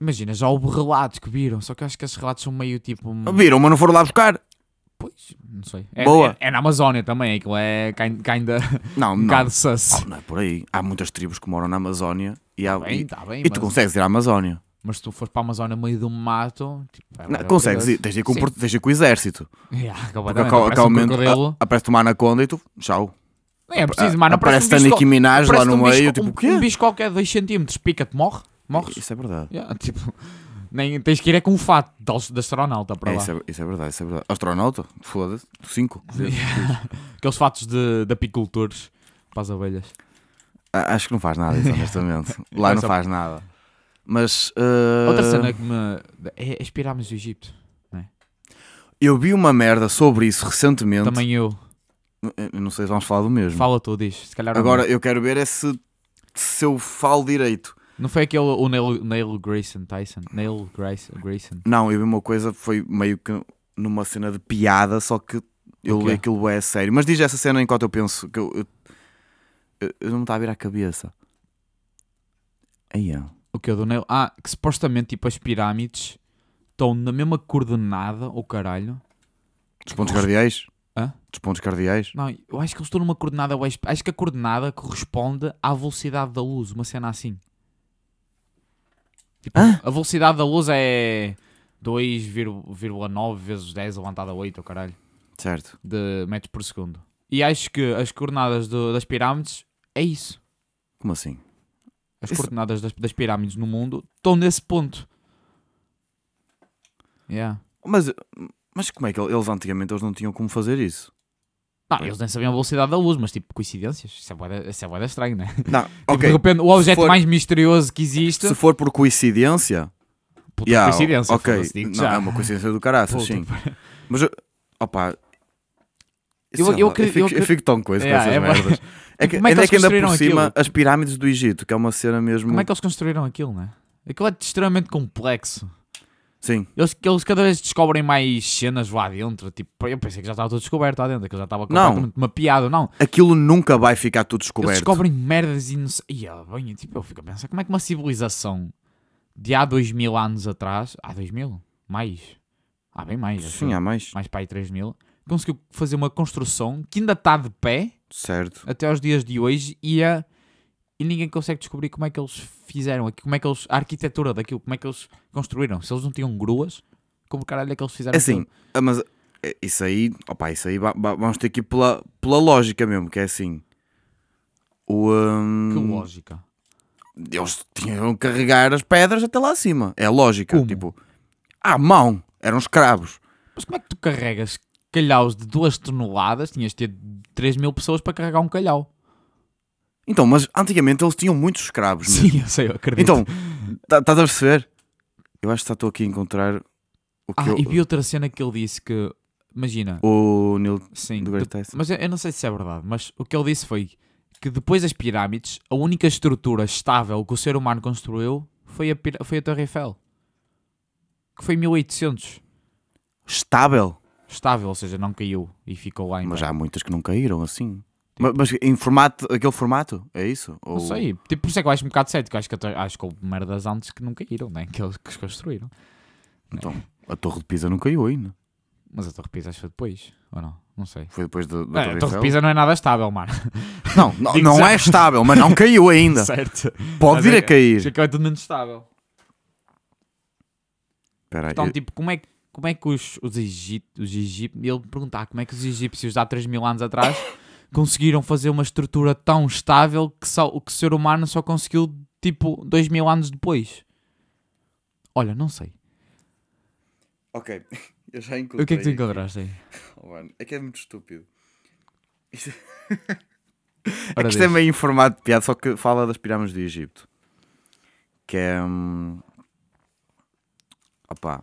S1: Imagina, já houve relatos que viram, só que eu acho que esses relatos são meio tipo. hum,
S2: Viram, mas não foram lá buscar.
S1: Pois, não sei. É,
S2: Boa.
S1: É, é na Amazónia também, aquilo é ainda
S2: Não,
S1: *laughs* um
S2: não.
S1: bocado sus.
S2: Oh, não é por aí. Há muitas tribos que moram na Amazónia e, há-
S1: Bem,
S2: e-
S1: tá bem,
S2: e
S1: mas-
S2: tu consegues ir à Amazónia.
S1: Mas se tu fores para a Amazônia no meio do mato, tipo, é
S2: Não,
S1: verdade,
S2: consegues ir,
S1: perigoso.
S2: tens de ir com, o
S1: Sim.
S2: por- tens de ir com o exército.
S1: *laughs* Yeah,
S2: Porque
S1: completamente. Aparece
S2: aca-
S1: um
S2: acalmente
S1: crocodilo.
S2: a- aparece-te uma anaconda e tu, tchau.
S1: Nem é preciso, mano.
S2: a- aparece
S1: um bicho
S2: Nicki
S1: qual-
S2: Minaj lá
S1: aparece
S2: no
S1: um bicho
S2: meio,
S1: qual-
S2: tipo,
S1: um-
S2: o quê?
S1: Um bicho qualquer de 2 centímetros pica-te, morre. Morres.
S2: Isso é verdade.
S1: Yeah, *laughs* tipo, nem, tens que ir é com um fato de, aus- de astronauta para
S2: É,
S1: lá.
S2: isso, é, isso é verdade, isso é verdade. Astronauta? Foda-se. Cinco.
S1: *laughs* Aqueles fatos de, de apicultores para as abelhas.
S2: A- Acho que não faz
S1: *laughs*
S2: nada isso, honestamente. Lá
S1: É
S2: não
S1: só-
S2: faz nada. Mas. eh,
S1: é Outra cena que me. É, as pirâmides do Egito.
S2: Eu vi uma merda sobre isso recentemente.
S1: Também eu.
S2: Eh, Eu não sei se vamos falar do mesmo.
S1: Fala tu, diz. Se calhar
S2: Agora eu quero ver é se, se eu falo direito.
S1: Não foi aquele o Neil, Neil Grayson Tyson? Neil Grayson. Grayson.
S2: Não, eu vi uma coisa, foi meio que numa cena de piada, só que eu
S1: Ok.
S2: li aquilo é sério. Mas diz essa cena enquanto eu penso que eu, eu, eu- eu não me está a vir à cabeça. Aí é.
S1: O que é do Neil? Ah, que supostamente tipo as pirâmides estão na mesma coordenada, ou caralho.
S2: Dos pontos cardeais?
S1: Hã?
S2: Dos pontos cardeais?
S1: Não, eu acho que eles estão numa coordenada. eu Acho acho que a coordenada corresponde à velocidade da luz, uma cena assim. Tipo,
S2: Hã?
S1: a velocidade da luz é 2,9 vezes 10 levantado a 8, ou caralho,
S2: Certo.
S1: de metros por segundo. E acho que as coordenadas do- das pirâmides é isso.
S2: Como assim?
S1: As
S2: Isso-
S1: coordenadas das, das pirâmides no mundo estão nesse ponto. Yeah.
S2: Mas, mas como é que eles antigamente eles não tinham como fazer
S1: *laughs*
S2: isso?
S1: Não, eles nem sabiam a velocidade da luz, mas tipo, coincidências. Isso é boeda, isso é bué estranho, né? Tipo,
S2: Não,
S1: *laughs* de
S2: ok.
S1: repente, o objeto
S2: for-
S1: mais misterioso que existe.
S2: Se for por coincidência,
S1: Puta
S2: Yeah,
S1: coincidência,
S2: ok.
S1: foda-se, digo-te
S2: Não,
S1: já.
S2: é uma coincidência do caraças,
S1: Puta,
S2: sim. Mas, eu- opa,
S1: Eu-
S2: sei
S1: eu
S2: lá,
S1: acre-
S2: fico,
S1: eu acre-
S2: fico tão coisa
S1: Yeah,
S2: com
S1: é
S2: essas
S1: bué-
S2: merdas. É que,
S1: Como é que
S2: ainda
S1: eles
S2: que ainda por
S1: construíram
S2: cima,
S1: aquilo?
S2: as pirâmides do Egito, que é uma cena mesmo.
S1: Como é que eles construíram aquilo, né? Aquilo é extremamente complexo.
S2: Sim,
S1: Eles, eles cada vez descobrem mais cenas lá dentro. Tipo, eu pensei que já estava tudo descoberto lá dentro, que já estava
S2: Não.
S1: completamente mapeado. Não,
S2: aquilo nunca vai ficar tudo
S1: eles
S2: descoberto.
S1: descobrem merdas e não sei. E eu, bem, tipo, eu fico a pensar, como é que uma civilização de há dois mil anos atrás, há dois mil? Mais? Há bem mais. acho
S2: Sim,
S1: eu.
S2: há mais.
S1: Mais para aí três mil. Conseguiu fazer uma construção que ainda está de pé.
S2: Certo.
S1: até aos dias de hoje e, a, e ninguém consegue descobrir como é que eles fizeram aqui, como é que eles, a arquitetura daquilo, como é que eles construíram. Se eles não tinham gruas, como caralho é que eles fizeram
S2: É assim,
S1: aquilo?
S2: ah, mas é, isso aí, opa, isso aí va- va- vamos ter que ir pela, pela lógica mesmo, que é assim. O, hum,
S1: Que lógica.
S2: eles tinham que carregar as pedras até lá acima. É a lógica.
S1: Como?
S2: Tipo, à mão, eram escravos.
S1: Mas como é que tu carregas calhaus de 2 toneladas? Tinhas de ter 3 mil pessoas para carregar um calhau.
S2: Então, mas antigamente eles tinham muitos escravos.
S1: *laughs*
S2: mesmo.
S1: Sim, eu sei, eu acredito.
S2: Então, tá- estás a perceber? Eu acho que estou aqui a encontrar o que
S1: ah,
S2: eu-
S1: e vi outra cena que ele disse que, imagina,
S2: o Neil
S1: sim,
S2: do
S1: de-
S2: Great Tyson.
S1: Mas eu, eu não sei se é verdade, mas o que ele disse foi que depois das pirâmides, a única estrutura estável que o ser humano construiu foi a, pira- foi a Torre Eiffel. Que foi em 1800.
S2: Estável.
S1: Estável, ou seja, não caiu e ficou lá em
S2: Mas há muitas que não caíram assim. Ma- Mas, em formato, aquele formato, é isso? Ou...
S1: Não sei, tipo, por isso é que eu acho um bocado cético. Acho que, a Torre- acho que houve merdas antes que não caíram, né? que eles que os construíram.
S2: Então, a Torre de Pisa não caiu ainda.
S1: Mas a Torre Pisa acho que foi depois, ou não? Não sei.
S2: Foi depois
S1: É,
S2: da, da Torre
S1: a Torre
S2: Eiffel.
S1: Pisa não é nada estável,
S2: *laughs*
S1: mano.
S2: Não, não,
S1: Digo
S2: não
S1: já.
S2: é estável, mas
S1: *laughs*
S2: não caiu ainda.
S1: certo.
S2: Pode
S1: Mas
S2: vir
S1: é
S2: a
S1: que- Acho
S2: cair.
S1: que é tudo menos estável.
S2: Espera aí.
S1: Então, tipo, como é, que- como é que os, os egípcios, os egip- ele perguntar como é que os egípcios de há 3 mil anos *coughs* atrás conseguiram fazer uma estrutura tão estável que, só, o que o ser humano só conseguiu, tipo, 2 mil anos depois? Olha, não sei.
S2: Ok, *laughs* eu já encontrei.
S1: O que é que tu encontraste aí?
S2: Oh, mano, é que é muito estúpido.
S1: Ora,
S2: Isto é
S1: diz.
S2: meio em formato de piada, só que fala das pirâmides do Egito. Que é. Hum... Opá,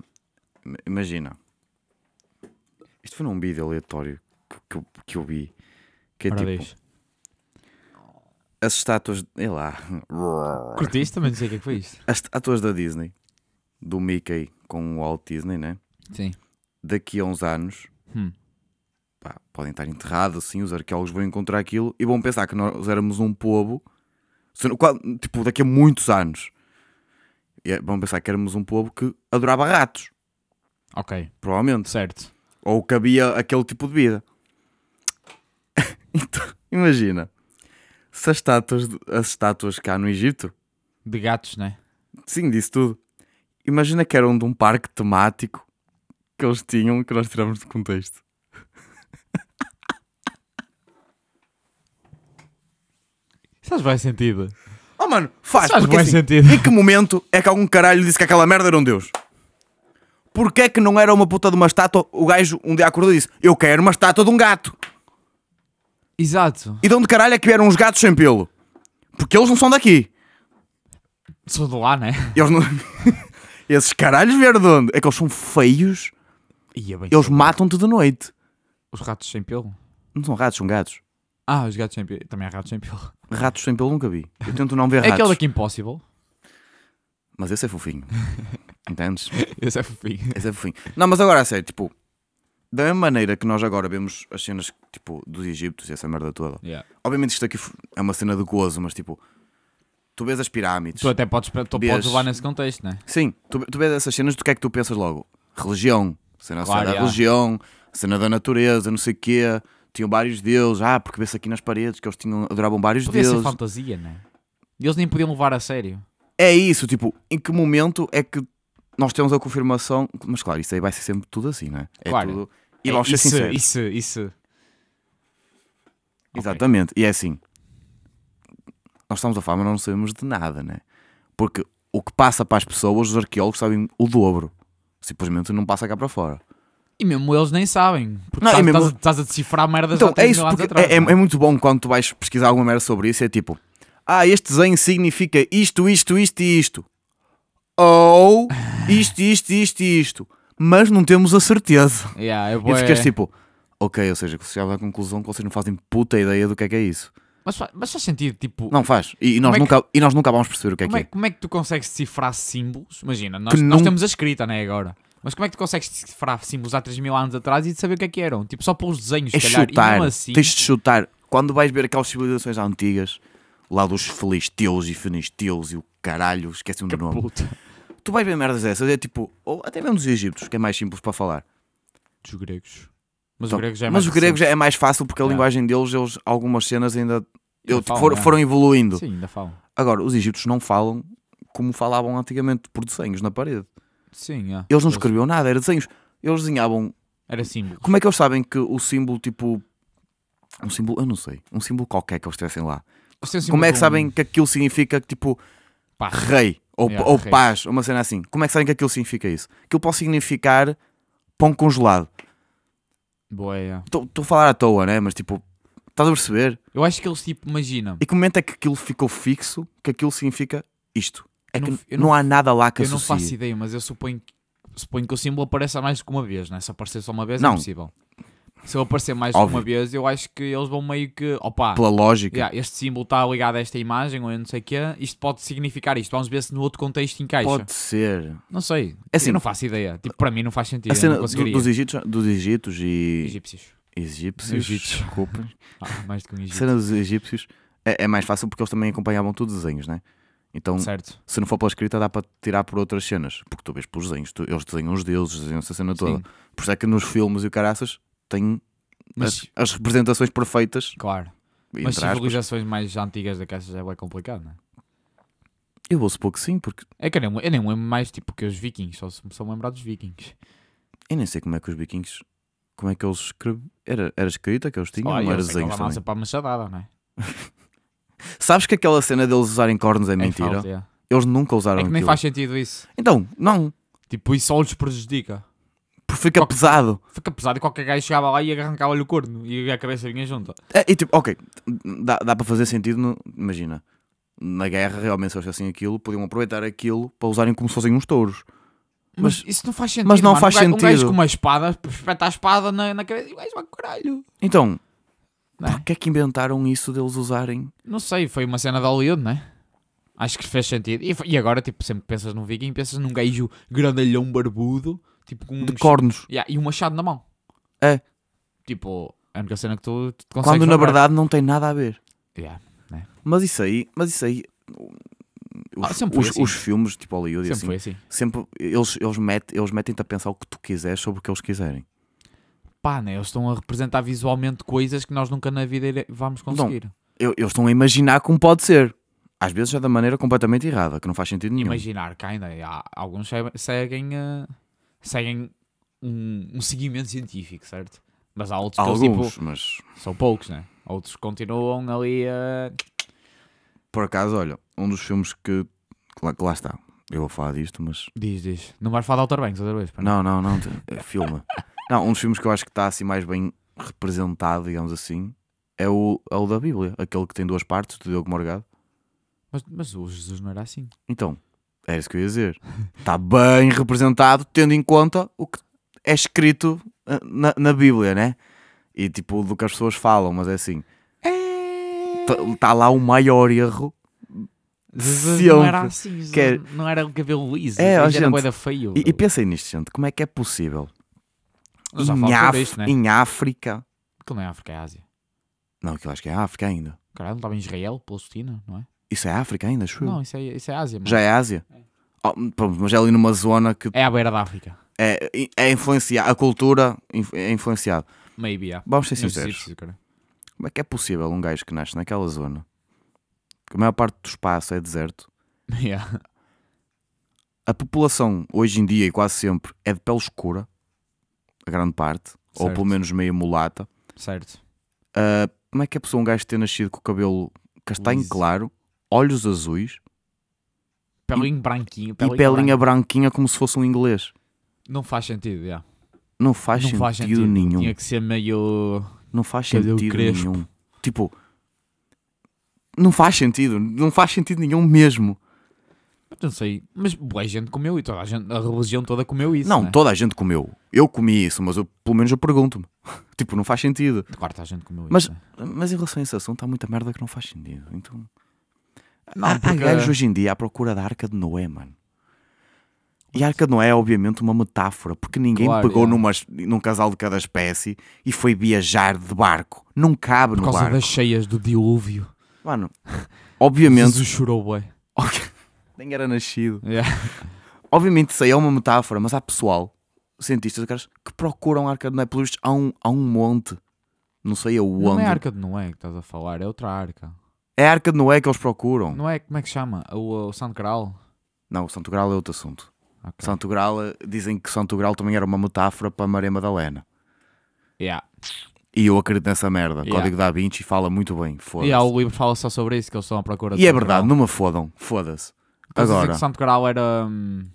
S2: im- imagina. Isto foi num vídeo aleatório que, que, eu- que eu vi. Que é
S1: Ora,
S2: tipo.
S1: diz.
S2: As estátuas. Sei lá. *laughs*
S1: Curtiste? Também não sei o que é que foi isto.
S2: As estátuas da Disney. Do Mickey com o Walt Disney, né?
S1: Sim.
S2: Daqui a uns anos.
S1: Hum.
S2: pá, podem estar enterrados, assim, os arqueólogos vão encontrar aquilo e vão pensar que nós éramos um povo, se não- qua- tipo, daqui a muitos anos. E é- vão pensar que éramos um povo que adorava ratos,
S1: Ok,
S2: provavelmente.
S1: certo.
S2: Ou que havia aquele tipo de vida. *laughs* então, imagina, se as estátuas, de- as estátuas cá no Egito,
S1: De gatos, né?
S2: sim, disse tudo. Imagina que eram de um parque temático que eles tinham, que nós tiramos de contexto.
S1: Isso faz bem sentido.
S2: Oh, mano, faz.
S1: Faz
S2: porque,
S1: bué
S2: assim,
S1: sentido.
S2: Em que momento é que algum caralho disse que aquela merda era um deus? Porquê é que não era uma puta de uma estátua? O gajo um dia acordou e disse: Eu quero uma estátua de um gato.
S1: Exato.
S2: E de onde caralho é que vieram uns gatos sem pelo? Porque eles não são daqui.
S1: Sou de lá, né?
S2: *laughs* Eles não- Esses caralhos vieram de onde? É que eles são feios
S1: Ia bem
S2: Eles
S1: ser.
S2: matam-te de noite.
S1: Os ratos sem pelo?
S2: Não são ratos, são gatos.
S1: Ah, os gatos sem pelo. Também há ratos sem pelo.
S2: Ratos sem pelo nunca vi. Eu tento não ver
S1: É
S2: ratos.
S1: aquele aqui Impossible.
S2: Mas esse é fofinho. *laughs* Entendes?
S1: Esse é fofinho.
S2: Esse é fofinho. Não, mas agora a sério, tipo, da mesma maneira que nós agora vemos as cenas tipo, dos Egípcios e essa merda toda.
S1: Yeah.
S2: Obviamente isto aqui f- é uma cena de gozo, mas tipo, tu vês as pirâmides.
S1: Tu até podes, tu podes
S2: Vês-
S1: levar nesse contexto, né?
S2: Sim, tu, tu vês essas cenas, do que é que tu pensas logo? Religião, cena
S1: Claro,
S2: da
S1: yeah.
S2: religião, cena da natureza, não sei o quê. Tinham vários deuses, ah, porque vê-se aqui nas paredes que eles tinham, adoravam vários
S1: Podia ser
S2: deuses.
S1: fantasia, né? E Eles nem podiam levar a sério.
S2: É isso, tipo, em que momento é que nós temos a confirmação? Mas claro, isso aí vai ser sempre tudo assim, né? É
S1: Claro.
S2: tudo. E
S1: É,
S2: vamos ser
S1: isso,
S2: sinceros.
S1: Isso, isso.
S2: Exatamente, e é assim. Nós estamos a falar, mas não sabemos de nada, né? Porque o que passa para as pessoas, os arqueólogos sabem o dobro. Simplesmente não passa cá para fora.
S1: E mesmo eles nem sabem. Porque
S2: Não, e
S1: estás,
S2: mesmo-
S1: estás a- estás a decifrar merdas
S2: Então,
S1: de há
S2: é
S1: 3
S2: isso,
S1: mil anos
S2: porque
S1: atrás.
S2: é, é-
S1: né?
S2: é muito bom quando tu vais pesquisar alguma merda sobre isso, é tipo, ah, este desenho significa isto, isto, isto e isto.
S1: *laughs*
S2: Ou isto, isto, isto e isto. Mas não temos a certeza.
S1: Yeah, é
S2: E tu
S1: bué.
S2: ficas tipo, ok, ou seja, que se chegamos à conclusão que vocês não fazem puta ideia do que é que é isso.
S1: mas, fa- mas faz sentido, tipo,
S2: Não faz. E, e nós,
S1: Como é que-
S2: nunca, e nós nunca vamos perceber o que é que
S1: como, é,
S2: é.
S1: como é que tu consegues decifrar símbolos? Imagina, nós,
S2: Que
S1: nós
S2: não-
S1: temos a escrita, né? Agora, mas como é que tu consegues decifrar símbolos há 3 mil anos atrás e de saber o que é que eram? Tipo, só pelos desenhos,
S2: É
S1: se calhar. E
S2: chutar.
S1: mesmo assim,
S2: Tens de chutar. Quando vais ver aquelas civilizações antigas, lá dos filisteus e fenisteus e o caralho, esqueci-me do nome.
S1: puta.
S2: Tu vais ver merdas dessas, é tipo, ou até mesmo dos egípcios, que é mais simples para falar.
S1: Dos gregos. Mas
S2: Então,
S1: o grego já é
S2: mas
S1: mais
S2: o grego
S1: recente.
S2: já é mais fácil porque a
S1: Yeah.
S2: linguagem deles, eles, algumas cenas ainda é- eu, tipo,
S1: falam,
S2: foram,
S1: yeah.
S2: foram evoluindo.
S1: né? Sim, ainda falam.
S2: Agora, os egípcios não falam como falavam antigamente, por desenhos na parede.
S1: Sim, yeah.
S2: Eles não escreviam nada, era desenhos. Eles desenhavam.
S1: Era símbolo.
S2: Como é que eles sabem que o símbolo, tipo. Um símbolo, eu não sei. Um símbolo qualquer que eles tivessem lá.
S1: um
S2: Como é que sabem que aquilo significa, tipo,
S1: Pá,
S2: rei ou,
S1: Yeah,
S2: ou
S1: rei.
S2: paz, uma cena assim. Como é que sabem que aquilo significa isso? Aquilo pode significar pão congelado.
S1: Boa, yeah.
S2: Estou estou a falar à toa, né? Mas tipo, estás a perceber?
S1: é. Eu acho que eles, tipo, imagina.
S2: E que momento é que aquilo ficou fixo, que aquilo significa isto? É
S1: Eu
S2: que
S1: não-
S2: não,
S1: eu não-
S2: há nada lá que
S1: eu não faço
S2: associe.
S1: ideia, mas eu suponho que, suponho que o símbolo apareça mais que uma vez, né? Se aparecer só uma vez,
S2: Não.
S1: é impossível. Se ele aparecer mais que
S2: Óbvio.
S1: uma vez, eu acho que eles vão meio que. Opa,
S2: Pela lógica.
S1: yeah, este símbolo está ligado a esta imagem ou eu não sei o quê. Isto pode significar isto. Vamos ver se no outro contexto encaixa.
S2: Pode ser.
S1: Não sei.
S2: É assim-
S1: eu não faço ideia. Tipo, para mim não faz sentido.
S2: A cena
S1: eu não
S2: do-
S1: conseguiria.
S2: dos Egípcios, dos Egípcios e
S1: egípcios.
S2: egípcios,
S1: Egípcios.
S2: desculpa.
S1: Ah, mais do que um
S2: A
S1: egípcio.
S2: cena dos egípcios é, é mais fácil porque eles também acompanhavam tudo desenhos, né? Então,
S1: Certo.
S2: se não for pela escrita, dá para tirar por outras cenas, porque tu vês pelos desenhos, tu- eles desenham os deuses, desenham essa cena toda.
S1: Sim.
S2: Por isso é que nos filmes e o caraças têm
S1: Mas,
S2: as, as representações perfeitas.
S1: claro.
S2: Entre
S1: Mas
S2: aspas.
S1: civilizações mais antigas da caixa já é bem complicado, não é?
S2: Eu vou supor que sim, porque
S1: É que eu nem, eu nem lembro mais, tipo, que os vikings. Só se me são lembrados dos vikings.
S2: eu nem sei como é que os vikings. Como é que eles escreviam? Era, era escrita que eles tinham?
S1: Olha,
S2: ou era
S1: eu sei que
S2: desenhos
S1: lá
S2: também?
S1: lança para a machadada, não é?
S2: Sabes que aquela cena deles usarem cornos é,
S1: É
S2: mentira?
S1: falso, é.
S2: Eles nunca usaram
S1: É que nem
S2: aquilo.
S1: faz sentido isso.
S2: Então, não,
S1: Tipo, isso só lhes prejudica.
S2: porque fica
S1: Porque-
S2: pesado.
S1: Fica pesado e qualquer gajo chegava lá e arrancava-lhe o corno e a cabeça vinha junto.
S2: É, e tipo, ok, dá, dá para fazer sentido, no- imagina. Na guerra, realmente, se fosse assim aquilo, podiam aproveitar aquilo para usarem como se fossem uns touros.
S1: Mas,
S2: Mas-
S1: isso não faz sentido.
S2: mas não
S1: mano.
S2: faz
S1: um gajo, Um gajo
S2: sentido.
S1: com uma espada, espeta a espada na, na cabeça e o gajo vai caralho.
S2: Então,
S1: Não é?
S2: porquê é que inventaram isso deles usarem?
S1: Não sei, foi uma cena de Hollywood, não é? Acho que fez sentido. E, foi- e agora, tipo, sempre pensas num viking, pensas num gajo grandalhão barbudo, tipo com
S2: De
S1: uns-
S2: cornos.
S1: Yeah, e um machado na mão.
S2: É.
S1: Tipo, é a única cena que tu, tu consegues
S2: Quando na
S1: lembrar.
S2: verdade não tem nada a ver.
S1: Yeah.
S2: Mas isso aí, mas isso aí. Os,
S1: Ah, sempre foi
S2: os-
S1: assim.
S2: os filmes tipo Hollywood e
S1: Sempre
S2: assim,
S1: foi assim.
S2: sempre eles, eles, metem, eles metem-te a pensar o que tu quiseres sobre o que eles quiserem.
S1: pá, né? Eles estão a representar visualmente coisas que nós nunca na vida ire- vamos conseguir.
S2: Eu- eles estão a imaginar como pode ser. Às vezes é da maneira completamente errada, que não faz sentido nenhum.
S1: Imaginar que ainda há, alguns se- seguem, eh, seguem um, um seguimento científico, certo? Mas há outros
S2: Há
S1: que eles,
S2: alguns,
S1: tipo,
S2: mas
S1: são poucos, né? Outros continuam ali a.
S2: por acaso, olha, um dos filmes que. que lá, que lá está. Eu vou falar disto, mas.
S1: Diz, diz. Não vais falar de Outer Banks outra vez, pá.
S2: Não, não, não. é Filme. Não, um dos filmes que eu acho que está assim mais bem representado, digamos assim, é o, é o da Bíblia, aquele que tem duas partes, do Diogo Morgado.
S1: Mas, mas o Jesus não era assim.
S2: é Então, era isso que eu ia dizer. Está bem representado, tendo em conta o que é escrito ah, na, na Bíblia, né? E tipo, do que as pessoas falam, mas é assim.
S1: É.
S2: Está lá o maior erro.
S1: Não era
S2: Sempre.
S1: assim,
S2: Que é-
S1: não era o cabelo liso,
S2: É,
S1: é,
S2: ó,
S1: era
S2: gente,
S1: boeda feio.
S2: E, e pensem nisto, gente. Como é que é possível?
S1: Eu já
S2: em,
S1: falo
S2: Áf-
S1: sobre isto, né?
S2: em África.
S1: Aquilo não é África, é Ásia.
S2: Não, aquilo acho que é África ainda.
S1: Caralho, não estava em Israel, Palestina, não é?
S2: Isso é África ainda, acho eu.
S1: Não, isso é, isso é Ásia, mano.
S2: Já é Ásia? Oh, pronto, mas é ali numa zona que
S1: É à beira da África.
S2: é, é influenciada, a cultura inf- é influenciada.
S1: Maybe, yeah.
S2: Vamos ser
S1: Não
S2: sinceros,
S1: preciso, cara.
S2: como é que é possível um gajo que nasce naquela zona, que a maior parte do espaço é deserto,
S1: Yeah.
S2: a população hoje em dia e quase sempre é de pele escura, a grande parte, ou
S1: Certo.
S2: pelo menos meio mulata,
S1: Certo.
S2: Ah, como é que é possível um gajo ter nascido com o cabelo castanho
S1: Liso.
S2: claro, olhos azuis
S1: Pelinho branquinho, pelinho
S2: e é
S1: branco.
S2: pelinha branquinha como se fosse um inglês?
S1: Não faz sentido, yeah.
S2: Não faz,
S1: não
S2: sentido,
S1: faz sentido
S2: nenhum.
S1: Tinha que ser meio.
S2: Não faz
S1: Cabelo
S2: sentido
S1: crespo.
S2: nenhum. Tipo, não faz sentido. Não faz sentido nenhum mesmo.
S1: Mas Não sei. Mas boa gente comeu e toda a gente, a religião toda comeu isso.
S2: não,
S1: né?
S2: toda a gente comeu. Eu comi isso, mas eu, pelo menos eu pergunto-me. *laughs* tipo, não faz sentido.
S1: Claro, toda a gente comeu
S2: Mas-
S1: isso. né?
S2: Mas em relação a esse assunto, há muita merda que não faz sentido. Então,
S1: Não,
S2: há, há
S1: porque-
S2: gajos hoje em dia à procura da Arca de Noé, mano. E a Arca de Noé é obviamente uma metáfora, porque ninguém
S1: Claro,
S2: pegou
S1: é.
S2: numa- num casal de cada espécie e foi viajar de barco. Não cabe
S1: Por
S2: no
S1: causa
S2: barco.
S1: das cheias do dilúvio.
S2: Mano, *laughs* obviamente
S1: Jesus chorou, bué.
S2: Ok. Nem era nascido.
S1: Yeah.
S2: Obviamente isso aí é uma metáfora, mas há pessoal, cientistas, caras, que procuram a Arca de Noé. Pelo visto, há um, há um monte. Não sei aonde.
S1: Não é a arca de Noé que estás a falar, é outra arca.
S2: É a Arca de Noé que eles procuram. Não,
S1: Não é, como é que chama? O, o Santo Graal?
S2: o Santo Graal é outro assunto.
S1: Ok.
S2: Santo Graal, eh, dizem que Santo Graal também era uma metáfora para Maria Madalena.
S1: Yeah.
S2: E eu acredito nessa merda.
S1: Yeah.
S2: Código da Vinci fala muito bem. Foda-se.
S1: E há o livro que fala só sobre isso, que eles estão à procura do
S2: E é
S1: Santo
S2: verdade,
S1: Graal.
S2: não me fodam. Foda-se.
S1: Eles dizem que
S2: Agora.
S1: o Santo Graal era. hum,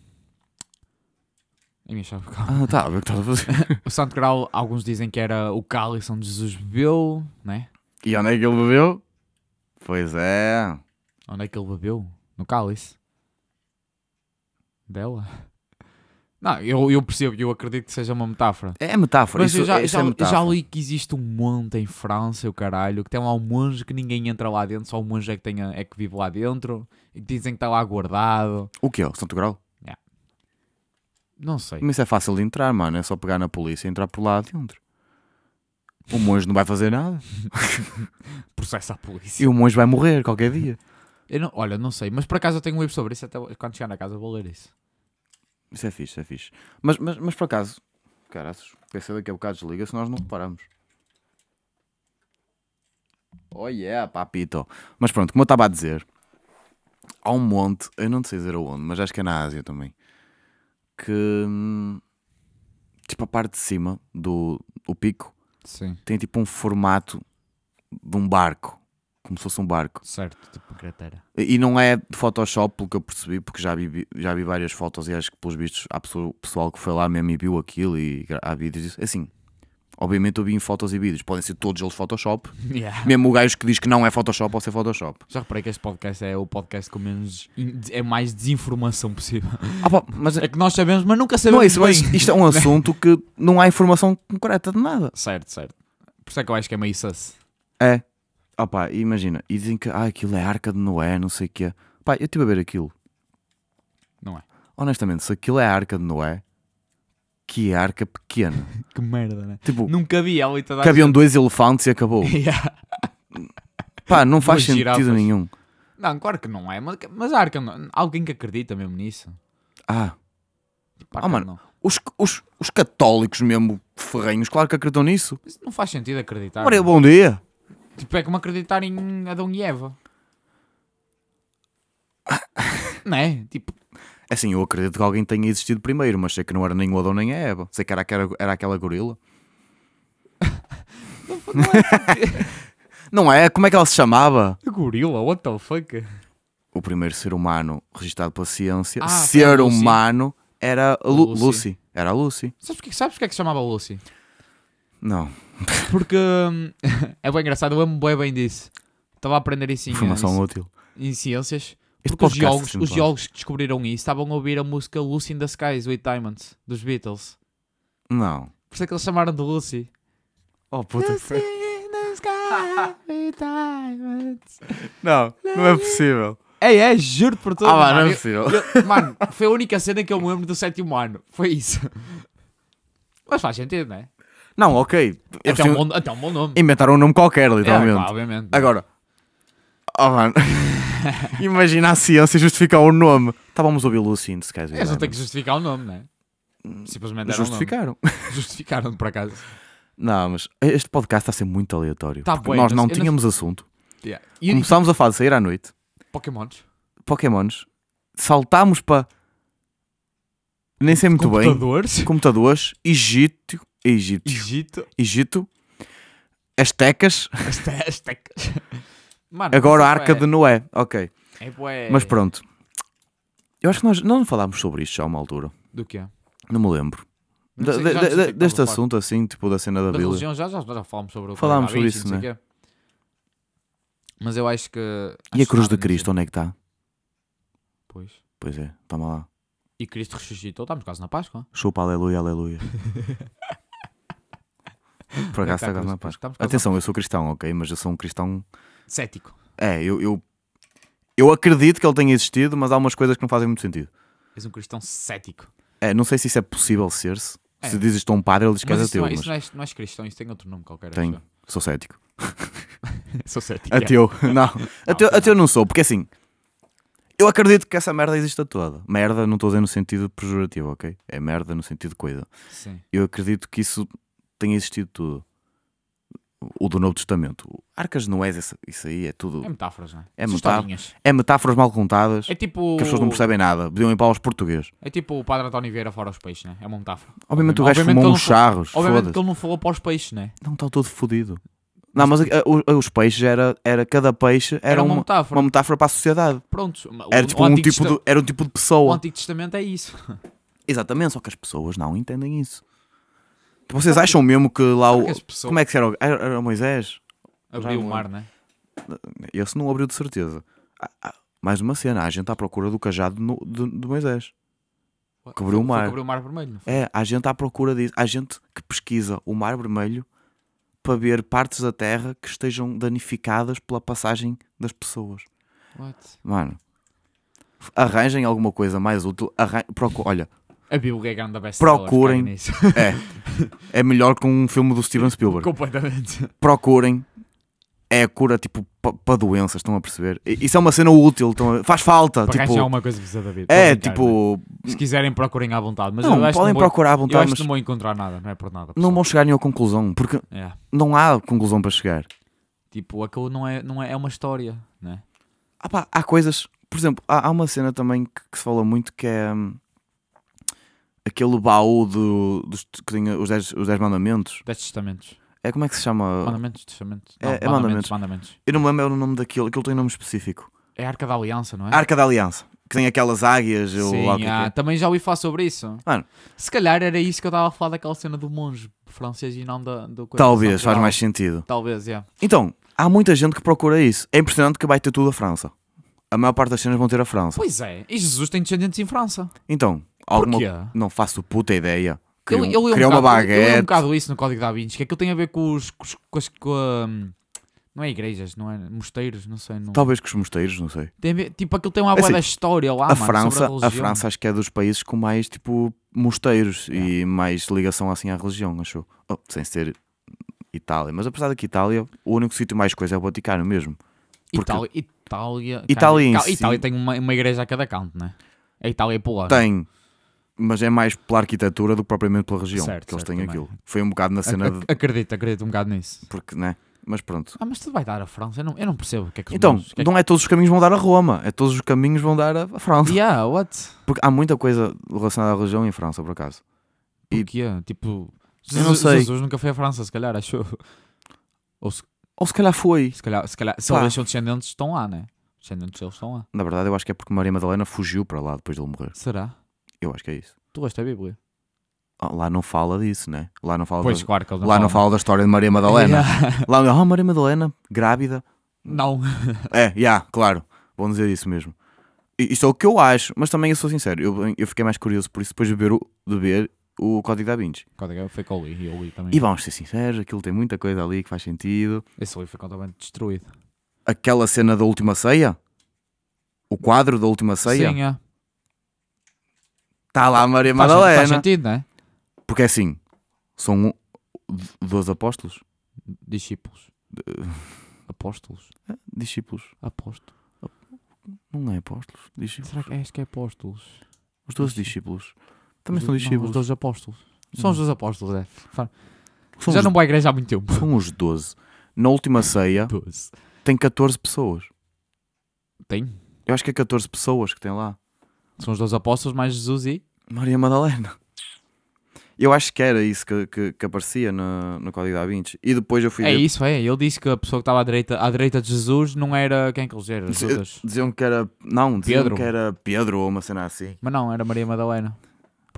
S1: eu me achava
S2: *laughs*
S1: que-
S2: Ah, tá, a ver o que estás a fazer. *laughs*
S1: O Santo Graal, alguns dizem que era o cálice onde Jesus bebeu, né?
S2: E onde é que ele bebeu? Pois é.
S1: Onde é que ele bebeu? No cálice. Dela. *laughs* Não, eu, eu percebo, eu acredito que seja uma metáfora.
S2: É metáfora.
S1: Mas
S2: isso,
S1: eu já,
S2: isso
S1: já-
S2: é metáfora.
S1: já li que existe um monte em França, o caralho, que tem lá um monge que ninguém entra lá dentro, só o monge é que, tem a- é que vive lá dentro e que dizem que está lá guardado.
S2: O que é? O Santo Grau?
S1: Não sei.
S2: Mas isso é fácil de entrar, mano. É só pegar na polícia e entrar por lá dentro. O monge não vai fazer nada.
S1: Processa a polícia.
S2: E o monge vai morrer qualquer dia.
S1: Eu não- olha, não sei, mas por acaso eu tenho um livro sobre isso, até quando chegar na casa eu vou ler isso.
S2: Isso é fixe, isso é fixe. Mas, mas, mas por acaso, caraças, PC daqui a bocado desliga se nós não reparamos. Oh yeah, papito. Mas pronto, como eu estava a dizer, há um monte, eu não sei dizer aonde, mas acho que é na Ásia também, que hum, tipo a parte de cima do o pico
S1: Sim,
S2: tem tipo um formato de um barco, como se fosse um barco.
S1: certo, tipo
S2: *laughs*
S1: cratera.
S2: E e não é de Photoshop, pelo que eu percebi, porque já vi, já vi várias fotos e acho que, pelos vistos, há pessoa- pessoal que foi lá mesmo e viu aquilo e gra- há vídeos disso. Assim, obviamente eu vi em fotos e vídeos, podem ser todos eles Photoshop. Mesmo o gajo que diz que não é Photoshop pode ser Photoshop.
S1: Já reparei que este podcast é o podcast com menos. in- É mais desinformação possível.
S2: Ah, pá, mas
S1: É que nós sabemos, mas nunca sabemos.
S2: não é isso,
S1: bem.
S2: mas isto é *laughs* um assunto que não há informação concreta de nada.
S1: Certo, certo. Por isso é que eu acho que é meio sus.
S2: É. Ah pá, imagina, e dizem que ah, aquilo é Arca de Noé, não sei o quê. Pá, eu estive a ver aquilo.
S1: Não é?
S2: Honestamente, se aquilo é a Arca de Noé, que é a Arca
S1: *laughs*
S2: pequena.
S1: Que merda, né?
S2: Tipo,
S1: Nunca vi ela e toda a
S2: cabiam dois elefantes e
S1: *laughs*
S2: acabou.
S1: gente- *laughs* Yeah.
S2: Pá, não faz
S1: Duas
S2: sentido
S1: girafas.
S2: nenhum.
S1: Não, claro que não é. Mas, mas a Arca, não- alguém que acredita mesmo nisso.
S2: Ah,
S1: Tipo, a
S2: Ah,
S1: Arca
S2: mano.
S1: Não.
S2: os, os, os católicos mesmo ferrenhos, claro que acreditam nisso.
S1: Isso não faz sentido acreditar.
S2: Maria,
S1: mano.
S2: bom dia.
S1: Tipo, é como acreditar em Adão e *laughs* Eva. não é? Tipo,
S2: Assim, eu acredito que alguém tenha existido primeiro, mas sei que não era nem o Adão nem a Eva. Sei que era, aquela- era aquela *laughs* gorila. é assim. *laughs* não é? Como é que ela se chamava?
S1: gorila, what the fuck?
S2: O primeiro ser humano registrado pela ciência,
S1: Ah, foi a
S2: ser
S1: Lucy.
S2: humano, era a Lu-
S1: Lucy.
S2: Lucy. Era a Lucy.
S1: Sabes porque, sabes porque é que se chamava Lucy?
S2: Não,
S1: Porque hum, *laughs* é bem engraçado, eu amo bem, bem disso. Estava a aprender isso em,
S2: informação
S1: em,
S2: útil.
S1: em ciências.
S2: Este
S1: Porque os
S2: podcast
S1: geólogos,
S2: sempre
S1: os
S2: lá.
S1: geólogos que descobriram isso estavam a ouvir a música Lucy in the Skies, with Diamonds, dos Beatles.
S2: Não.
S1: Por isso é que eles chamaram de Lucy.
S2: Oh puta.
S1: Lucy in
S2: *laughs*
S1: the sky with diamonds.
S2: Não, não é possível.
S1: Ei, é, juro por tudo.
S2: Ah, lá, não
S1: mano.
S2: é
S1: Eu-
S2: possível.
S1: eu- mano, foi a única cena que eu me lembro do sétimo ano. Foi isso. Mas faz sentido, não é?
S2: Não, ok. Eles
S1: Até um
S2: tinham-
S1: bom, até um bom nome.
S2: Inventaram um nome qualquer,
S1: É, claro,
S2: literalmente.
S1: obviamente.
S2: Agora, oh mano, *laughs* imagina a ciência justificar o nome. Tá Estávamos a ouvir Lucy in the Skies with
S1: Eles não têm que
S2: Diamonds.
S1: justificar o nome, não é?
S2: Hum,
S1: Simplesmente deram o nome.
S2: Justificaram.
S1: *laughs* Justificaram, por acaso.
S2: Não, mas este podcast está a ser muito aleatório.
S1: Tá
S2: porque
S1: bué,
S2: nós
S1: mas
S2: não
S1: eu não-
S2: tínhamos assunto.
S1: Yeah. E
S2: Começámos a fazer sair à noite,
S1: Pokémons.
S2: Pokémons, saltámos para. Nem sei muito bem. *laughs*
S1: Computadores.
S2: Computadores, Egito, Egito,
S1: Egito.
S2: Egito,
S1: *laughs*
S2: Aztecas,
S1: Azte- Aztecas. Mano,
S2: agora a
S1: mas é
S2: Arca
S1: bué-
S2: de Noé. Ok,
S1: É bué-
S2: mas pronto. Eu acho que nós não falámos sobre isto já a uma altura.
S1: Do quê?
S2: Não me lembro.
S1: Não sei-
S2: Da-
S1: já não sei
S2: da-
S1: o que é que
S2: da- deste
S1: estás a falar.
S2: assunto, assim, tipo da cena da,
S1: Da
S2: Bíblia.
S1: religião já, já, já falámos sobre o
S2: Falámos sobre
S1: coronavírus e
S2: isso, né?
S1: não sei o quê. Mas eu acho que.
S2: E a
S1: acho
S2: cruz
S1: nada
S2: de
S1: disso.
S2: Cristo, onde é que está?
S1: Pois.
S2: Pois é, toma lá.
S1: E Cristo ressuscitou, estamos quase na Páscoa.
S2: Chupa,
S1: *laughs*
S2: aleluia, aleluia. Por acaso
S1: Cá, tá
S2: está quase
S1: cruz-
S2: na paz.
S1: estamos quase na
S2: Atenção, eu sou cristão, ok? Mas eu sou um cristão.
S1: Páscoa. Cético.
S2: É, eu, eu, eu acredito que ele tenha existido, mas há umas coisas que não fazem muito sentido.
S1: És um cristão cético.
S2: É, não sei se isso é possível ser-se.
S1: É.
S2: Se dizes-te a um padre, ele diz que
S1: Mas
S2: és
S1: isso,
S2: ateu,
S1: não é,
S2: mas
S1: isso não é, não é cristão, isso tem outro nome qualquer.
S2: Tem.
S1: acho
S2: sou cético.
S1: eu. *laughs* Sou cético. é. *laughs*
S2: Ateu, não. Ateu,
S1: ateu não.
S2: ateu não sou, porque assim. Eu acredito que essa merda exista toda. Merda, não estou a dizer no sentido pejorativo, ok? É merda no sentido de coisa.
S1: Sim.
S2: Eu acredito que isso tenha existido tudo. O do Novo Testamento. Arcas de Noé, isso, isso aí é tudo.
S1: É metáforas, não é?
S2: É
S1: São
S2: metáfora.
S1: historinhas.
S2: É metáforas mal contadas
S1: É tipo.
S2: que as pessoas não percebem nada. Pediam em paus português.
S1: É tipo o padre António Vieira fora os peixes, né? É uma metáfora.
S2: Obviamente o gajo
S1: Obviamente
S2: fumou
S1: ele
S2: uns
S1: não fa-
S2: charros.
S1: Obviamente que
S2: Foda-se.
S1: ele não falou para os peixes, né?
S2: Não, está todo fodido. Não, mas a- a- os peixes era, era. Cada peixe era,
S1: Era uma
S2: uma,
S1: metáfora.
S2: uma metáfora para a sociedade.
S1: Pronto. o-
S2: Era
S1: o
S2: tipo, um
S1: Antigo
S2: tipo
S1: Testa-
S2: de, era um tipo de
S1: O
S2: pessoa.
S1: Antigo Testamento é isso.
S2: Exatamente, só que as pessoas não entendem isso. Tipo, Vocês acham mesmo que lá o.
S1: Porque *laughs* as pessoas
S2: Como é que era? o- Era, era Moisés?
S1: abriu o
S2: não
S1: mar, né?
S2: Esse não abriu de certeza. Ah, ah, mais uma cena, a gente à procura do cajado no- de, de Moisés.
S1: Foi-
S2: Cobriu o mar.
S1: Foi cobriu o mar vermelho. não foi?
S2: É, a gente à procura disso. Há gente que pesquisa o Mar Vermelho para ver partes da terra que estejam danificadas pela passagem das pessoas. É.
S1: What?
S2: Mano, arranjem alguma coisa mais útil. Arran... procu- Olha,
S1: A Bíblia é grande a best
S2: Procurem.
S1: *laughs*
S2: é melhor que um filme do Steven Spielberg.
S1: Completamente.
S2: procurem. É a cura, tipo, para doenças, estão a perceber? I- Isso é uma cena útil, estão a- faz falta.
S1: Para
S2: tipo,
S1: arranjar alguma coisa precisa da vida.
S2: é,
S1: Estou a brincar, né?
S2: tipo,
S1: Se quiserem, procurem à vontade. Mas eu
S2: não,
S1: acho que
S2: podem
S1: não vou-
S2: procurar à
S1: Eu
S2: vontade,
S1: acho
S2: mas
S1: que não vou encontrar nada, não é por nada.
S2: não
S1: pessoal.
S2: vão chegar a nenhuma conclusão, porque
S1: É.
S2: não há conclusão para chegar.
S1: Tipo, aquilo não é, não é, é uma história, né?
S2: Ah pá, há coisas, por exemplo, há, há uma cena também que, que se fala muito que é hum, aquele baú do, dos, que tem os 10 os dez mandamentos.
S1: Dez testamentos.
S2: É como é que se chama?
S1: Mandamentos, testamentos.
S2: É-
S1: Não,
S2: é mandamentos.
S1: mandamentos, mandamentos.
S2: Eu não me lembro o nome daquilo, aquilo tem um nome específico.
S1: É a Arca da Aliança, não é?
S2: Arca da Aliança, que tem aquelas águias. ou
S1: Sim,
S2: lá o que é que
S1: ah,
S2: é.
S1: também já ouvi falar sobre isso.
S2: Mano.
S1: Se calhar era isso que eu estava a falar daquela cena do monge francês e não da, do coisa
S2: Talvez, faz
S1: natural.
S2: mais sentido.
S1: Talvez, é.
S2: Então, há muita gente que procura isso. É impressionante que vai ter tudo a França. A maior parte das cenas vão ter a França.
S1: Pois é, e Jesus tem descendentes em França.
S2: Então, alguma.
S1: Porquê?
S2: Não faço puta ideia. Criou,
S1: Eu- eu li um
S2: criou uma
S1: bocado- Eu, eu li um
S2: baguete.
S1: bocado isso no Código da Vinci, que aquilo tem a ver com os. Com os- com as- com a- não é igrejas, não é? Mosteiros, não sei. Não.
S2: Talvez com os mosteiros, não sei.
S1: Tem a ver- tipo, aquilo tem uma boa
S2: Assim,
S1: da história lá,
S2: a,
S1: Ah, mano,
S2: França,
S1: sobre
S2: a,
S1: a, religião.
S2: França acho que é dos países com mais tipo mosteiros e mais ligação assim à religião, achou? Oh, sem ser Itália. Mas apesar de que Itália, o único sítio mais coisa é o Vaticano mesmo. porque-
S1: Itália. Itália,
S2: Itália em
S1: Itália,
S2: si-
S1: Itália tem uma, uma igreja a cada canto, né? A Itália é polar.
S2: Tem. Mas é mais pela arquitetura do que propriamente pela região
S1: Certo,
S2: que eles
S1: certo,
S2: têm
S1: também.
S2: aquilo. Foi um bocado na cena de.
S1: Ac- Acredito, acredito um bocado nisso.
S2: Porque, né? Mas pronto.
S1: Ah, mas tu vai dar a França? Eu não, eu não percebo o que é que os
S2: Então,
S1: meus- o que é que...
S2: não é todos os caminhos vão dar a Roma, é todos os caminhos vão dar a França.
S1: Yeah, what?
S2: Porque há muita coisa relacionada à religião em França, por acaso. E-
S1: Porquê? Tipo,
S2: Eu
S1: Jesus,
S2: não sei.
S1: Jesus nunca foi à França, se calhar, achou. Ou se,
S2: Ou se calhar foi.
S1: se calhar, se calhar, se
S2: Pá.
S1: eles são descendentes, estão lá, né? Os descendentes deles estão lá.
S2: Na verdade, eu acho que é porque Maria Madalena fugiu para lá depois de ele morrer.
S1: Será?
S2: Eu acho que é isso.
S1: Tu leste a Bíblia?
S2: Ah, Lá não fala disso, né? Lá não fala,
S1: Pois,
S2: da...
S1: claro que eles
S2: Lá não
S1: falam.
S2: fala da história de Maria Madalena.
S1: *laughs* Yeah.
S2: Lá não, ah, Maria Madalena, grávida.
S1: Não.
S2: É, já, claro. Vão dizer isso mesmo. E, isto é o que eu acho, mas também eu sou sincero. Eu, eu fiquei mais curioso por isso depois de ver, o, de ver o Código da Vinci.
S1: Código é foi com o Lee e o Lee também.
S2: E vamos ser sinceros, aquilo tem muita coisa ali que faz sentido.
S1: Esse livro foi completamente destruído.
S2: Aquela cena da última ceia, o quadro da última ceia,
S1: Sim, é.
S2: está lá a Maria
S1: Faz- Faz
S2: Madalena.
S1: sentido, não é?
S2: Porque é assim, são 12 apóstolos, *sighs*
S1: Discípulos. Apóstolos.
S2: discípulos.
S1: Apóstolos.
S2: Não é apóstolos,
S1: Será
S2: discípulos.
S1: que acho que é apóstolos?
S2: Os 12 discípulos também
S1: Os-
S2: são
S1: não,
S2: discípulos.
S1: Os dois apóstolos. São os dois apóstolos, é. Fa-
S2: São
S1: Já
S2: os-
S1: não vou à igreja há muito tempo.
S2: São os 12. Na última ceia
S1: Doze.
S2: tem 14 pessoas.
S1: Tem.
S2: Eu acho que é 14 pessoas que tem lá.
S1: São os dois apóstolos mais Jesus e.
S2: Maria Madalena. Eu acho que era isso que, que, que aparecia na- no Código da Vinci. E depois eu fui
S1: É
S2: ver-
S1: isso, é. Ele disse que a pessoa que estava à direita, à direita de Jesus não era quem é que eles eram, as
S2: Sim.
S1: outras.
S2: Diziam que era. Não, diziam
S1: Pedro.
S2: que era Pedro ou uma cena assim.
S1: Mas não, era Maria Madalena.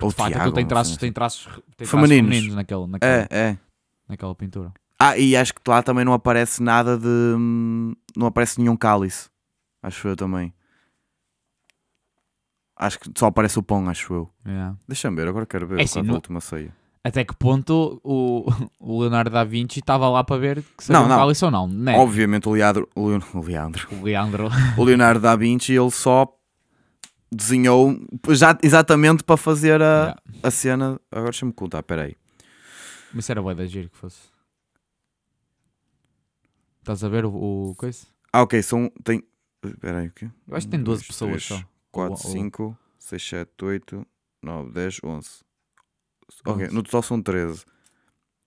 S2: ou
S1: De facto,
S2: Tiago.
S1: aquilo tem
S2: uma
S1: traços,
S2: cena
S1: tem traços, tem traços
S2: Femininos.
S1: femininos, naquele, naquele,
S2: assim. É, é.
S1: naquela pintura.
S2: Ah, e acho que lá também não aparece nada de. hum, Não aparece nenhum cálice. Acho eu também. Acho que só aparece o pão, acho eu.
S1: Yeah.
S2: Deixa-me ver, agora quero ver
S1: É
S2: o
S1: assim,
S2: quadro da
S1: não-
S2: última ceia.
S1: Até que ponto o, *laughs* o Leonardo da Vinci estava lá para ver que seria
S2: Não, não.
S1: um cálice ou não, né?
S2: Obviamente o Leandro, o Leon- o Leandro,
S1: O Leandro. *laughs*
S2: o Leonardo da Vinci, ele só desenhou já, exatamente para fazer a,
S1: Yeah.
S2: a cena. Agora deixa-me contar, peraí.
S1: Mas era bué de giro que fosse. Estás a ver o, o coisa?
S2: Ah, ok, são. Tem. Peraí, o quê?
S1: Eu acho que tem 12
S2: é
S1: pessoas só.
S2: 4,
S1: Ou- ou-
S2: 5, 6, 7, 8, 9, 10, 11. Ok,
S1: Onze.
S2: no total são 13.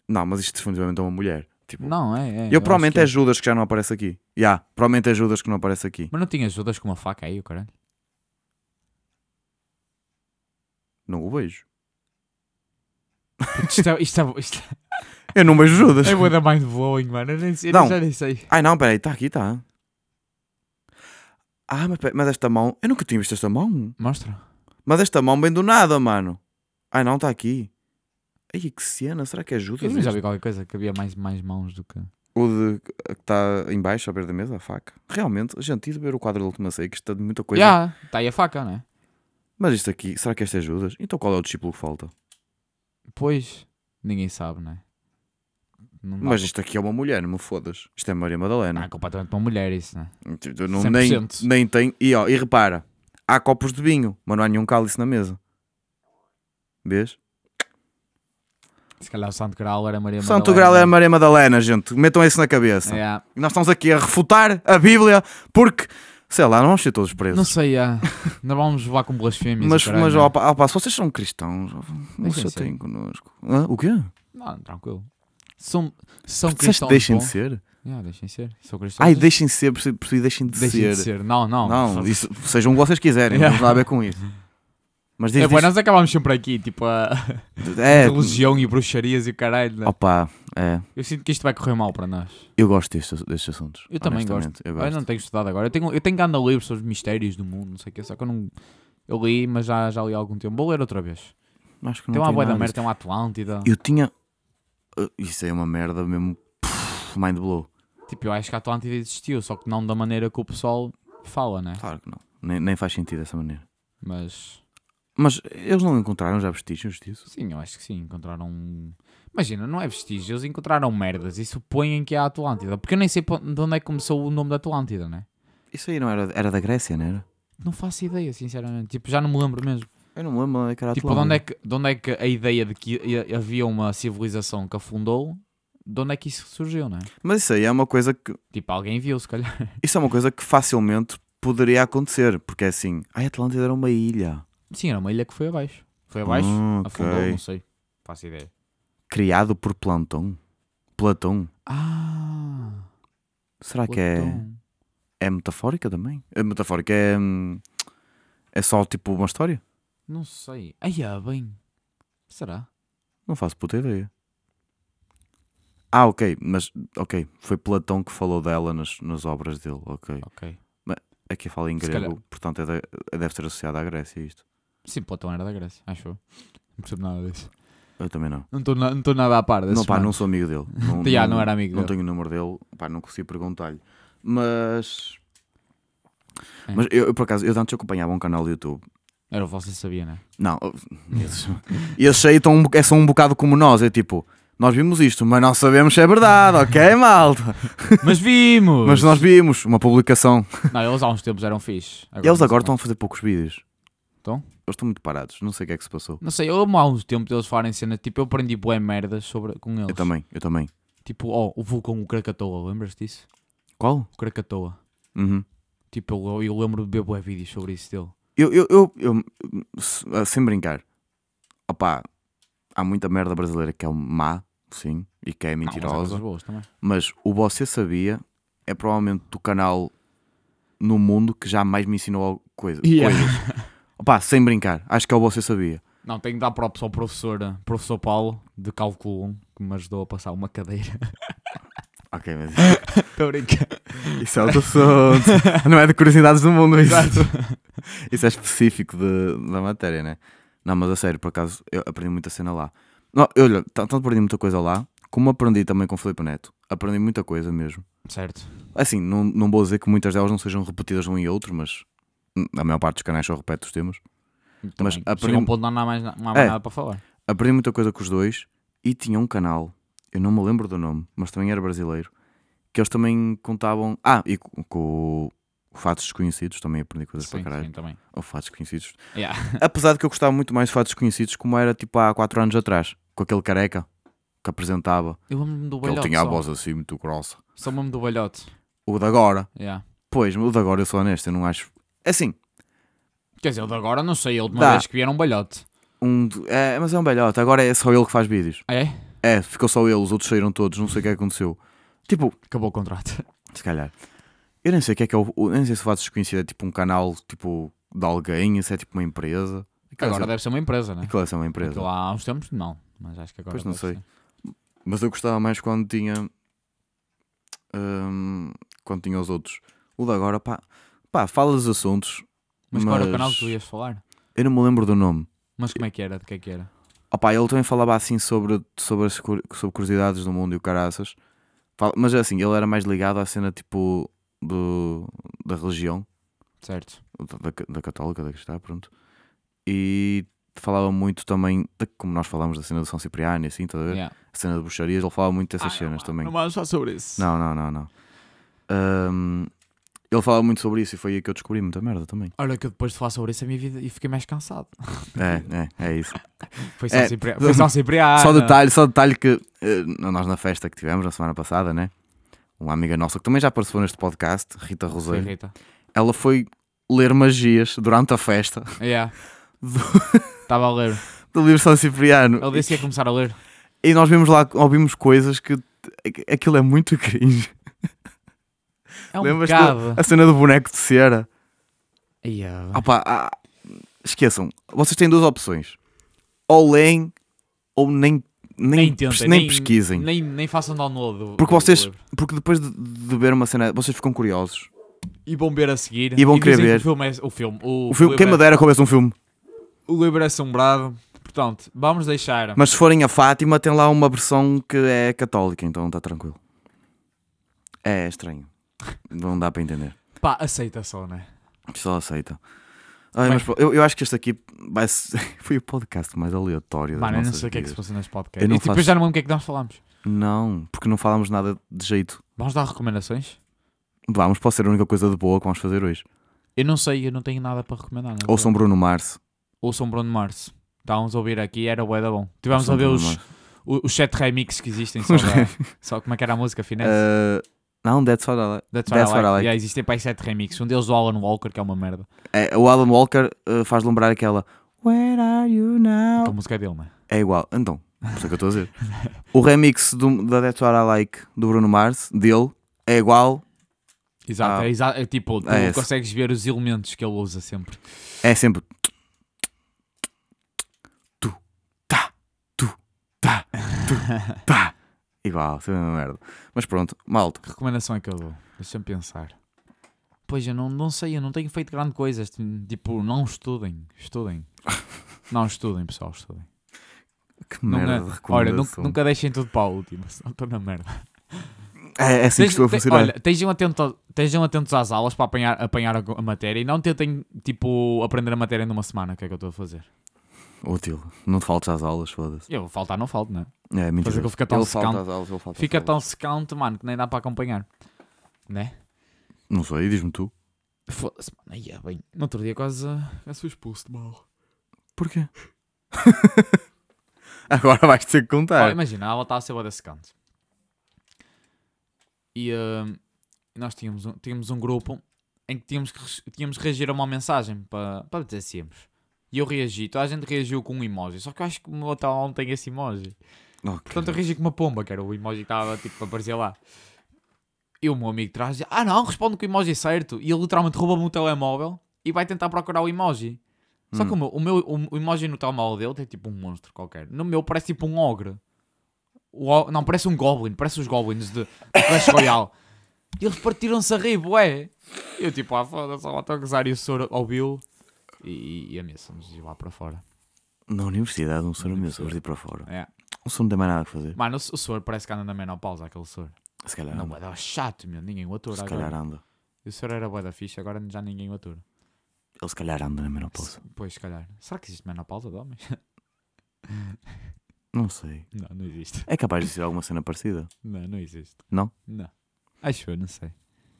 S2: Não, mas isto definitivamente é uma mulher. Tipo,
S1: Não, é. é
S2: eu, provavelmente é
S1: acho que
S2: Judas que já não aparece aqui. Já, provavelmente é Judas que não aparece aqui.
S1: Mas não tinha Judas com uma faca aí, o caralho? *laughs*
S2: Não o vejo.
S1: Puto, Isto é. Isto é, isto é,
S2: Eu não vejo Judas.
S1: é bué da mind blowing, mano. Eu, nem, sei- eu
S2: Não.
S1: já nem sei.
S2: Ai não, peraí, está aqui, está. Ah, mas, peraí, mas esta mão. Eu nunca tinha visto esta mão.
S1: Mostra.
S2: Mas esta mão vem do nada, mano. Ai não, está aqui. Ai que cena, será que é
S1: Eu
S2: Judas?
S1: também já
S2: este?
S1: vi qualquer coisa que havia mais, mais mãos do que.
S2: O de que está em baixo à beira da mesa, a faca. Realmente, gente, e de ver o quadro da última ceia, que isto está de muita coisa.
S1: Já, está aí a faca, né?
S2: Mas isto aqui, será que este é Judas? Então qual é o discípulo que falta?
S1: Pois. Ninguém sabe, né? Não dá
S2: Mas
S1: pra-
S2: isto aqui é uma mulher, não me fodas. Isto é Maria
S1: Não, é
S2: Madalena.
S1: completamente uma mulher, isso, né?
S2: Tipo, não, nem,
S1: 100%.
S2: nem tem. E, ó, e repara, há copos de vinho, mas não há nenhum cálice na mesa. Vês?
S1: Se calhar o Santo Graal era Maria
S2: Santo
S1: Madalena. É,
S2: Graal é Maria Madalena, gente. Metam isso na cabeça.
S1: Yeah.
S2: E nós estamos aqui a refutar a Bíblia porque, sei lá, não vamos ser todos presos.
S1: Não sei, ah,
S2: *laughs*
S1: não vamos levar com blasfêmias.
S2: Mas,
S1: e caralho,
S2: mas
S1: né?
S2: ó, pá, ó, pá, se vocês são cristãos, ó, não
S1: Deixem
S2: se
S1: ser.
S2: têm connosco. Hã? o quê?
S1: Não, tranquilo. São, são
S2: Disseste
S1: cristãos.
S2: deixem
S1: bons.
S2: de ser?
S1: Yeah, deixem ser. São cristãos.
S2: Ai, deixem de ser, percebi, percebi, deixem de
S1: Deixem
S2: ser.
S1: de ser. Não, não.
S2: Não, isso, sejam o que vocês quiserem, não
S1: Yeah.
S2: tem nada a ver com isso. Mas diz,
S1: É,
S2: é,
S1: bom, nós acabámos sempre aqui, tipo, a
S2: é,
S1: religião e bruxarias e o caralho. né?
S2: opa, é,
S1: Eu sinto que isto vai correr mal para nós.
S2: eu gosto destes, destes assuntos.
S1: Eu também
S2: honestamente, Eu
S1: Ah, Eu
S2: gosto.
S1: não tenho estudado agora. Eu tenho, eu tenho que andar a livros sobre os mistérios do mundo, não sei o que, só que eu não. Eu li, mas já, já li há algum tempo. Vou ler outra vez.
S2: Acho que não
S1: tem uma
S2: tem
S1: boa da
S2: nada
S1: merda, tem uma Atlântida.
S2: disso. Eu tinha. Uh, Isso é uma merda mesmo. Pff, Mind blow.
S1: Tipo, eu acho que a Atlântida existiu, só que não da maneira que o pessoal fala, né?
S2: Claro que não. Nem, nem faz sentido dessa maneira.
S1: Mas.
S2: Mas eles não encontraram já vestígios disso?
S1: Sim, eu acho que sim. Encontraram. um- Imagina, não é vestígio, eles encontraram merdas e supõem que é a Atlântida. Porque eu nem sei pa- de onde é que começou o nome da Atlântida, né?
S2: Isso aí não era, era da Grécia, não era?
S1: Não faço ideia, sinceramente. Tipo, já não me lembro mesmo.
S2: Eu não me lembro onde é que era
S1: Tipo, de onde, é que, de onde é que a ideia de que i- havia uma civilização que afundou, de onde é que isso surgiu, não é?
S2: Mas isso aí é uma coisa que
S1: Tipo, alguém viu, se calhar. *laughs*
S2: Isso é uma coisa que facilmente poderia acontecer, porque é assim, a Atlântida era uma ilha
S1: Sim, era uma ilha que foi abaixo. Foi abaixo,
S2: Ah, ok.
S1: afundou, não sei. Faço ideia.
S2: criado por Plantão. Platão.
S1: Ah,
S2: Será que é,
S1: Platão.
S2: é metafórica também? É metafórica é, hum, é só tipo uma história?
S1: Não sei. Ai, ah, bem. Será?
S2: Não faço puta ideia. Ah, ok, mas ok, foi Platão que falou dela nas, nas obras dele, ok.
S1: Ok.
S2: Aqui fala em
S1: Se
S2: grego,
S1: calhar.
S2: portanto é da- deve ser associado à Grécia isto.
S1: Sim, Platão era da Grécia, acho eu. Não percebo nada disso.
S2: Eu também não.
S1: Não estou na- não estou nada à par desse.
S2: Não, pá, não sou
S1: *laughs*
S2: amigo dele. Não,
S1: Já, não era amigo
S2: Não
S1: dele.
S2: tenho o número dele, pá, não consigo perguntar-lhe. Mas.
S1: É.
S2: Mas eu, eu, por acaso, eu de antes acompanhava um canal do YouTube
S1: Era o você sabia, né? *laughs*
S2: Não, *laughs* eles, eles aí tão, um bo- é só um bocado como nós. É tipo, nós vimos isto, mas não sabemos se é verdade,
S1: *laughs*
S2: ok, malta?
S1: Mas vimos!
S2: Mas *laughs* nós vimos uma publicação.
S1: Não, eles há uns tempos eram fixe.
S2: Eles
S1: não
S2: agora
S1: sei.
S2: estão a fazer poucos vídeos.
S1: Estão?
S2: Eles estão muito parados, não sei o que é que se passou.
S1: Não sei, eu amo há uns tempos eles falarem cena. Tipo, eu aprendi boé merdas sobre, com eles.
S2: Eu também, eu também.
S1: Tipo, ó, o vulcão, o Krakatoa, lembras-te disso?
S2: Qual?
S1: O Krakatoa.
S2: Uhum.
S1: Tipo, eu, eu lembro de ver boé vídeos sobre isso dele.
S2: Eu, eu, eu, eu- se- ah, sem brincar, opá, há muita merda brasileira que é má, sim, e que é
S1: Não, mas há coisas
S2: mentirosa,
S1: boas também.
S2: mas o Você Sabia é provavelmente o canal no mundo que jamais me ensinou algo- coisa,
S1: Yeah.
S2: coisas.
S1: *laughs*
S2: Opá, sem brincar, acho que é o Você Sabia.
S1: Não, tenho de dar props ao professor, eh, professor Paulo, de cálculo 1, que me ajudou a passar uma
S2: *laughs*
S1: cadeira.
S2: Ok,
S1: *laughs*
S2: mas
S1: Estou a brincar.
S2: isso é outro
S1: *laughs*
S2: assunto. Não é de curiosidades do mundo isso.
S1: Exato.
S2: *laughs* Isso é específico de- da matéria, né? Não, mas a sério, por acaso, eu aprendi muita cena lá. Não, eu, olha, t- tanto aprendi muita coisa lá, como aprendi também com o Filipe Neto. Aprendi muita coisa mesmo.
S1: Certo.
S2: Assim, não, não vou dizer que muitas delas não sejam repetidas de um e outro, mas hum, a maior parte dos canais só repete os temas.
S1: Mas
S2: Mas a
S1: Chega um
S2: prim-
S1: ponto não há mais, na- não há
S2: É.
S1: mais nada para falar.
S2: Aprendi muita coisa com os dois e tinha um canal, eu não me lembro do nome, mas também era brasileiro, que eles também contavam. Ah, e co- com, o Fatos Desconhecidos também aprendi coisas
S1: Sim,
S2: para caralho.
S1: sim, também.
S2: Ou Fatos Desconhecidos.
S1: Yeah. *laughs*
S2: Apesar de que eu gostava muito mais de fatos conhecidos, como era tipo há 4 anos atrás, com aquele careca que apresentava,
S1: Eu lembro-me do
S2: que ele
S1: balhote.
S2: tinha a
S1: só.
S2: voz assim muito grossa.
S1: Só me lembro do balhote.
S2: O de agora,
S1: Yeah.
S2: pois, o de agora eu sou honesto, eu não acho. É assim,
S1: Quer dizer, eu de agora não sei, a última
S2: Dá.
S1: vez que vieram um balhote.
S2: um de- é, mas é um belhote, agora é só ele que faz vídeos.
S1: É?
S2: É, ficou só ele, os outros saíram todos, não sei o que é que aconteceu. Tipo,
S1: Acabou o contrato.
S2: se calhar, eu nem sei o que é que é o. o- Nem sei se o Fatos Desconhecido é tipo um canal tipo de alguém, se é tipo uma empresa. Aquilo é
S1: Agora
S2: só-
S1: deve ser uma empresa, né?
S2: aquilo é só uma empresa.
S1: Aquilo há uns tempos não, mas acho que agora.
S2: Pois não
S1: deve
S2: sei.
S1: ser.
S2: Mas eu gostava mais quando tinha. hum, quando tinha os outros. O de agora, pá. Pá, fala dos assuntos.
S1: Mas, qual era o
S2: Mas-
S1: canal que tu ias falar?
S2: Eu não me lembro do nome.
S1: Mas como é que era? De que é que era?
S2: Opá, ele também falava assim sobre, sobre, as, cur- sobre curiosidades do mundo e o caraças. Fala- Mas assim, ele era mais ligado à cena tipo do, da religião,
S1: Certo.
S2: da, da ca- da católica, da cristã, pronto. E falava muito também, de, como nós falámos da cena do São Cipriano e assim, estás a ver?
S1: Yeah.
S2: A cena de bruxarias, ele falava muito dessas
S1: Ah,
S2: cenas
S1: não,
S2: também.
S1: Não vamos falar sobre isso.
S2: Não, não, não, não. Ahm, ele falava muito sobre isso e foi aí que eu descobri muita merda também.
S1: *laughs* Olha, que eu depois de falar sobre isso a minha vida e fiquei mais cansado.
S2: É, é, é isso.
S1: Foi só
S2: É, *laughs*
S1: Cipri- foi só assim Ah, Cipriano.
S2: só detalhe, só detalhe que eh, nós na festa que tivemos na semana passada, né? Uma amiga nossa que também já participou neste podcast, Rita
S1: Foi
S2: Roseiro,
S1: Rita.
S2: ela foi ler magias durante a festa *laughs*
S1: Yeah.
S2: Do-
S1: Estava a ler.
S2: do livro São Cipriano.
S1: Ele disse que é ia começar a ler.
S2: E nós vimos lá, ouvimos coisas que aquilo é muito cringe.
S1: É um
S2: Lembras-te
S1: bocado.
S2: A cena do boneco de cera.
S1: Ia,
S2: Ah pá, ah, esqueçam. Vocês têm duas opções. Ou leem ou nem, nem,
S1: Nem tentem,
S2: pes- nem
S1: nem-
S2: pesquisem.
S1: Nem, nem façam download. do-
S2: Porque
S1: do
S2: vocês-
S1: livro.
S2: Porque depois de, de ver uma cena, vocês ficam curiosos.
S1: E vão ver a seguir.
S2: E vão querer
S1: dizem que
S2: ver.
S1: O filme é. O filme. O,
S2: O filme,
S1: o
S2: quem me
S1: livro
S2: dera que houvesse um filme.
S1: é, o livro é assombrado. Portanto, vamos deixar.
S2: Mas se forem a Fátima, tem lá uma versão que é católica, então está tranquilo. É, estranho. Não dá para entender.
S1: Pá, aceita só, né?
S2: Só aceita. Ai,
S1: Bem.
S2: mas pô, eu, eu acho que este aqui vai ser- *laughs* foi o podcast mais aleatório. das
S1: Mano, eu não
S2: nossas
S1: sei o que é que se
S2: vidas.
S1: passa neste podcast.
S2: Eu não
S1: E depois
S2: faço-
S1: já não lembro o que é que nós falámos.
S2: Não, porque não falámos nada de jeito.
S1: Vamos dar recomendações?
S2: Vamos, pode ser a única coisa de boa que vamos fazer hoje.
S1: Eu não sei, eu não tenho nada para recomendar. não é?
S2: Ouçam Bruno Mars.
S1: Ouçam Bruno Mars. Estávamos a ouvir aqui, era bué da bom. Tivemos
S2: Ouçam
S1: a ver
S2: Bruno
S1: os,
S2: Mars.
S1: o- os sete remixes que existem. Só,
S2: *laughs* Os
S1: da- só como é que era a música, finesse?
S2: Ah, não, Dead Soda Alive.
S1: That's what, I like.
S2: Like.
S1: Yeah, existem para aí sete remixes. Um deles o Alan Walker, que é uma merda.
S2: É, o Alan Walker ah, faz lembrar aquela Where are you
S1: Que a
S2: now?
S1: música é dele, não é?
S2: É igual, então, não sei o que eu estou a dizer. o remix do, da Dead Soda Like do Bruno Mars, dele, é igual,
S1: Exato,
S2: Ah.
S1: é, exa- é tipo, tu
S2: É esse.
S1: consegues ver os elementos que ele usa sempre.
S2: é sempre tu, tá, tu, tá, tu, tá. Igual, sempre uma merda. Mas pronto, malta.
S1: Que recomendação é que eu dou? Deixa-me pensar. Pois eu não, não sei, eu não tenho feito grande coisa. este- Tipo, não estudem, *laughs* estudem. não estudem, pessoal, estudem.
S2: Que merda de
S1: nunca, é. olha,
S2: recomendação.
S1: nunca, nunca deixem tudo para a última, senão estou na merda.
S2: É, é assim que estou a funcionar.
S1: olha, estejam, atento ao- estejam atentos às aulas para apanhar, apanhar a, a matéria e não tentem, tipo, aprender a matéria numa semana, que é que eu estou a fazer.
S2: Útil. Não te faltes às aulas, foda-se.
S1: Eu, faltar não falto, não é?
S2: É, mentira.
S1: Fazer que ele fica tão
S2: ele falta
S1: secante.
S2: às aulas, ele falta às
S1: Fica
S2: aulas.
S1: tão secante, mano, que nem dá para acompanhar. Né?
S2: Não sei, diz-me tu.
S1: Foda-se, mano. Aí é bem. No outro dia quase, eh, quase fui expulso de mal.
S2: Porquê? *laughs* Agora vais ter que
S1: Pá,
S2: contar.
S1: imagina, ela estava a ser bué da secante. E hum, nós tínhamos um, tínhamos um grupo em que tínhamos que res- tínhamos que reagir a uma mensagem para, para dizermos. E eu reagi, toda a gente reagiu com um emoji, só que eu acho que o meu tal não tem esse emoji.
S2: Ok.
S1: Portanto, eu reagi com uma pomba, que era o emoji que estava tipo a aparecer lá. E o meu amigo traz e diz, ah não, responde com o emoji certo. E ele literalmente rouba-me o telemóvel e vai tentar procurar o emoji. Só que o meu, o, meu- o- o emoji no telemóvel dele tem tipo um monstro qualquer. No meu parece tipo um ogre. O o- não, parece um goblin, parece os goblins de de Clash Royale. E eles partiram-se a rir, bué. E eu tipo, ah foda-se, lá estou a gozar. E o senhor ouviu e, e ameaçamos de ir lá para fora.
S2: Na universidade, um senhor meu
S1: universidade.
S2: sobre ir para fora.
S1: É.
S2: Um senhor não tem mais nada a fazer.
S1: Mano, o, o senhor parece que anda na menopausa, aquele senhor.
S2: Se calhar
S1: Não,
S2: anda.
S1: bué da chato, meu. Ninguém o atura
S2: Se calhar
S1: agora.
S2: anda.
S1: E o senhor era bué da ficha, agora já ninguém o atura.
S2: Ele se calhar anda na menopausa.
S1: Pois, se calhar. Será que existe menopausa de homens? *laughs*
S2: Não sei.
S1: Não, não existe.
S2: É capaz de ser alguma cena parecida.
S1: Não, não existe.
S2: Não?
S1: Não. Acho eu, não sei.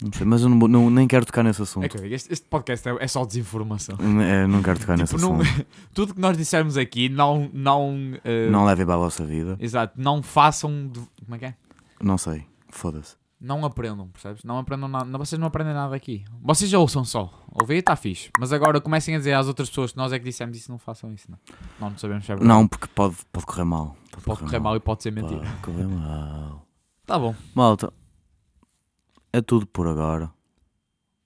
S2: Não sei, mas eu não, vou- não- nem quero tocar nesse
S1: É
S2: assunto.
S1: que eu digo, este, este podcast é, é só desinformação.
S2: N- é, não quero tocar
S1: *laughs*
S2: nesse
S1: Tipo, não-
S2: assunto.
S1: tudo que nós dissermos aqui, não. não, eh,
S2: Não levem para a vossa vida.
S1: Exato, não façam. de- Como é que é?
S2: Não sei. Foda-se.
S1: Não aprendam, percebes? Não aprendam nada. não- Vocês não aprendem nada aqui. Vocês já ouçam só. Ouvir está fixe. Mas agora comecem a dizer às outras pessoas que nós é que dissemos isso, não façam isso, não. Não, não sabemos se é verdade.
S2: Não, porque pode, pode correr mal.
S1: Pode correr mal e pode ser mentira.
S2: Pode correr mal.
S1: Tá bom.
S2: Malta, é tudo por agora.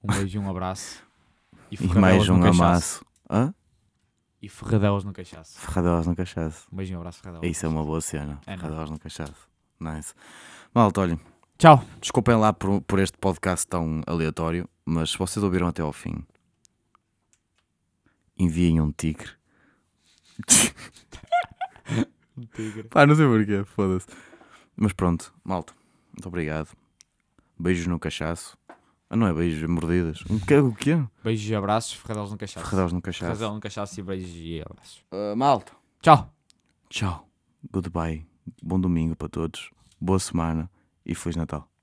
S1: Um beijo e um abraço. E
S2: E
S1: ferradelas
S2: mais
S1: no
S2: um
S1: cachaço.
S2: amasso. Hã?
S1: E ferradelas no cachaço.
S2: Ferradelas no cachaço.
S1: Um beijo e um abraço, ferradelas.
S2: Isso é uma boa cena.
S1: É, não.
S2: Ferradelas no cachaço. Nice. Malta, olhem,
S1: Tchau.
S2: desculpem lá por, por este podcast tão aleatório, mas se vocês ouviram até ao fim, enviem um tigre. Pá, não sei porquê, foda-se. Mas pronto, malta, muito obrigado. Beijos no cachaço. Ah, não é beijos, é mordidas. Um que- O quê?
S1: Beijos e abraços, ferradelas no cachaço.
S2: Ferradelas no cachaço.
S1: Ferradelas no cachaço e beijos e abraços.
S2: Ah, malta.
S1: Tchau.
S2: Tchau. Goodbye. Bom domingo para todos. Boa semana e Feliz Natal.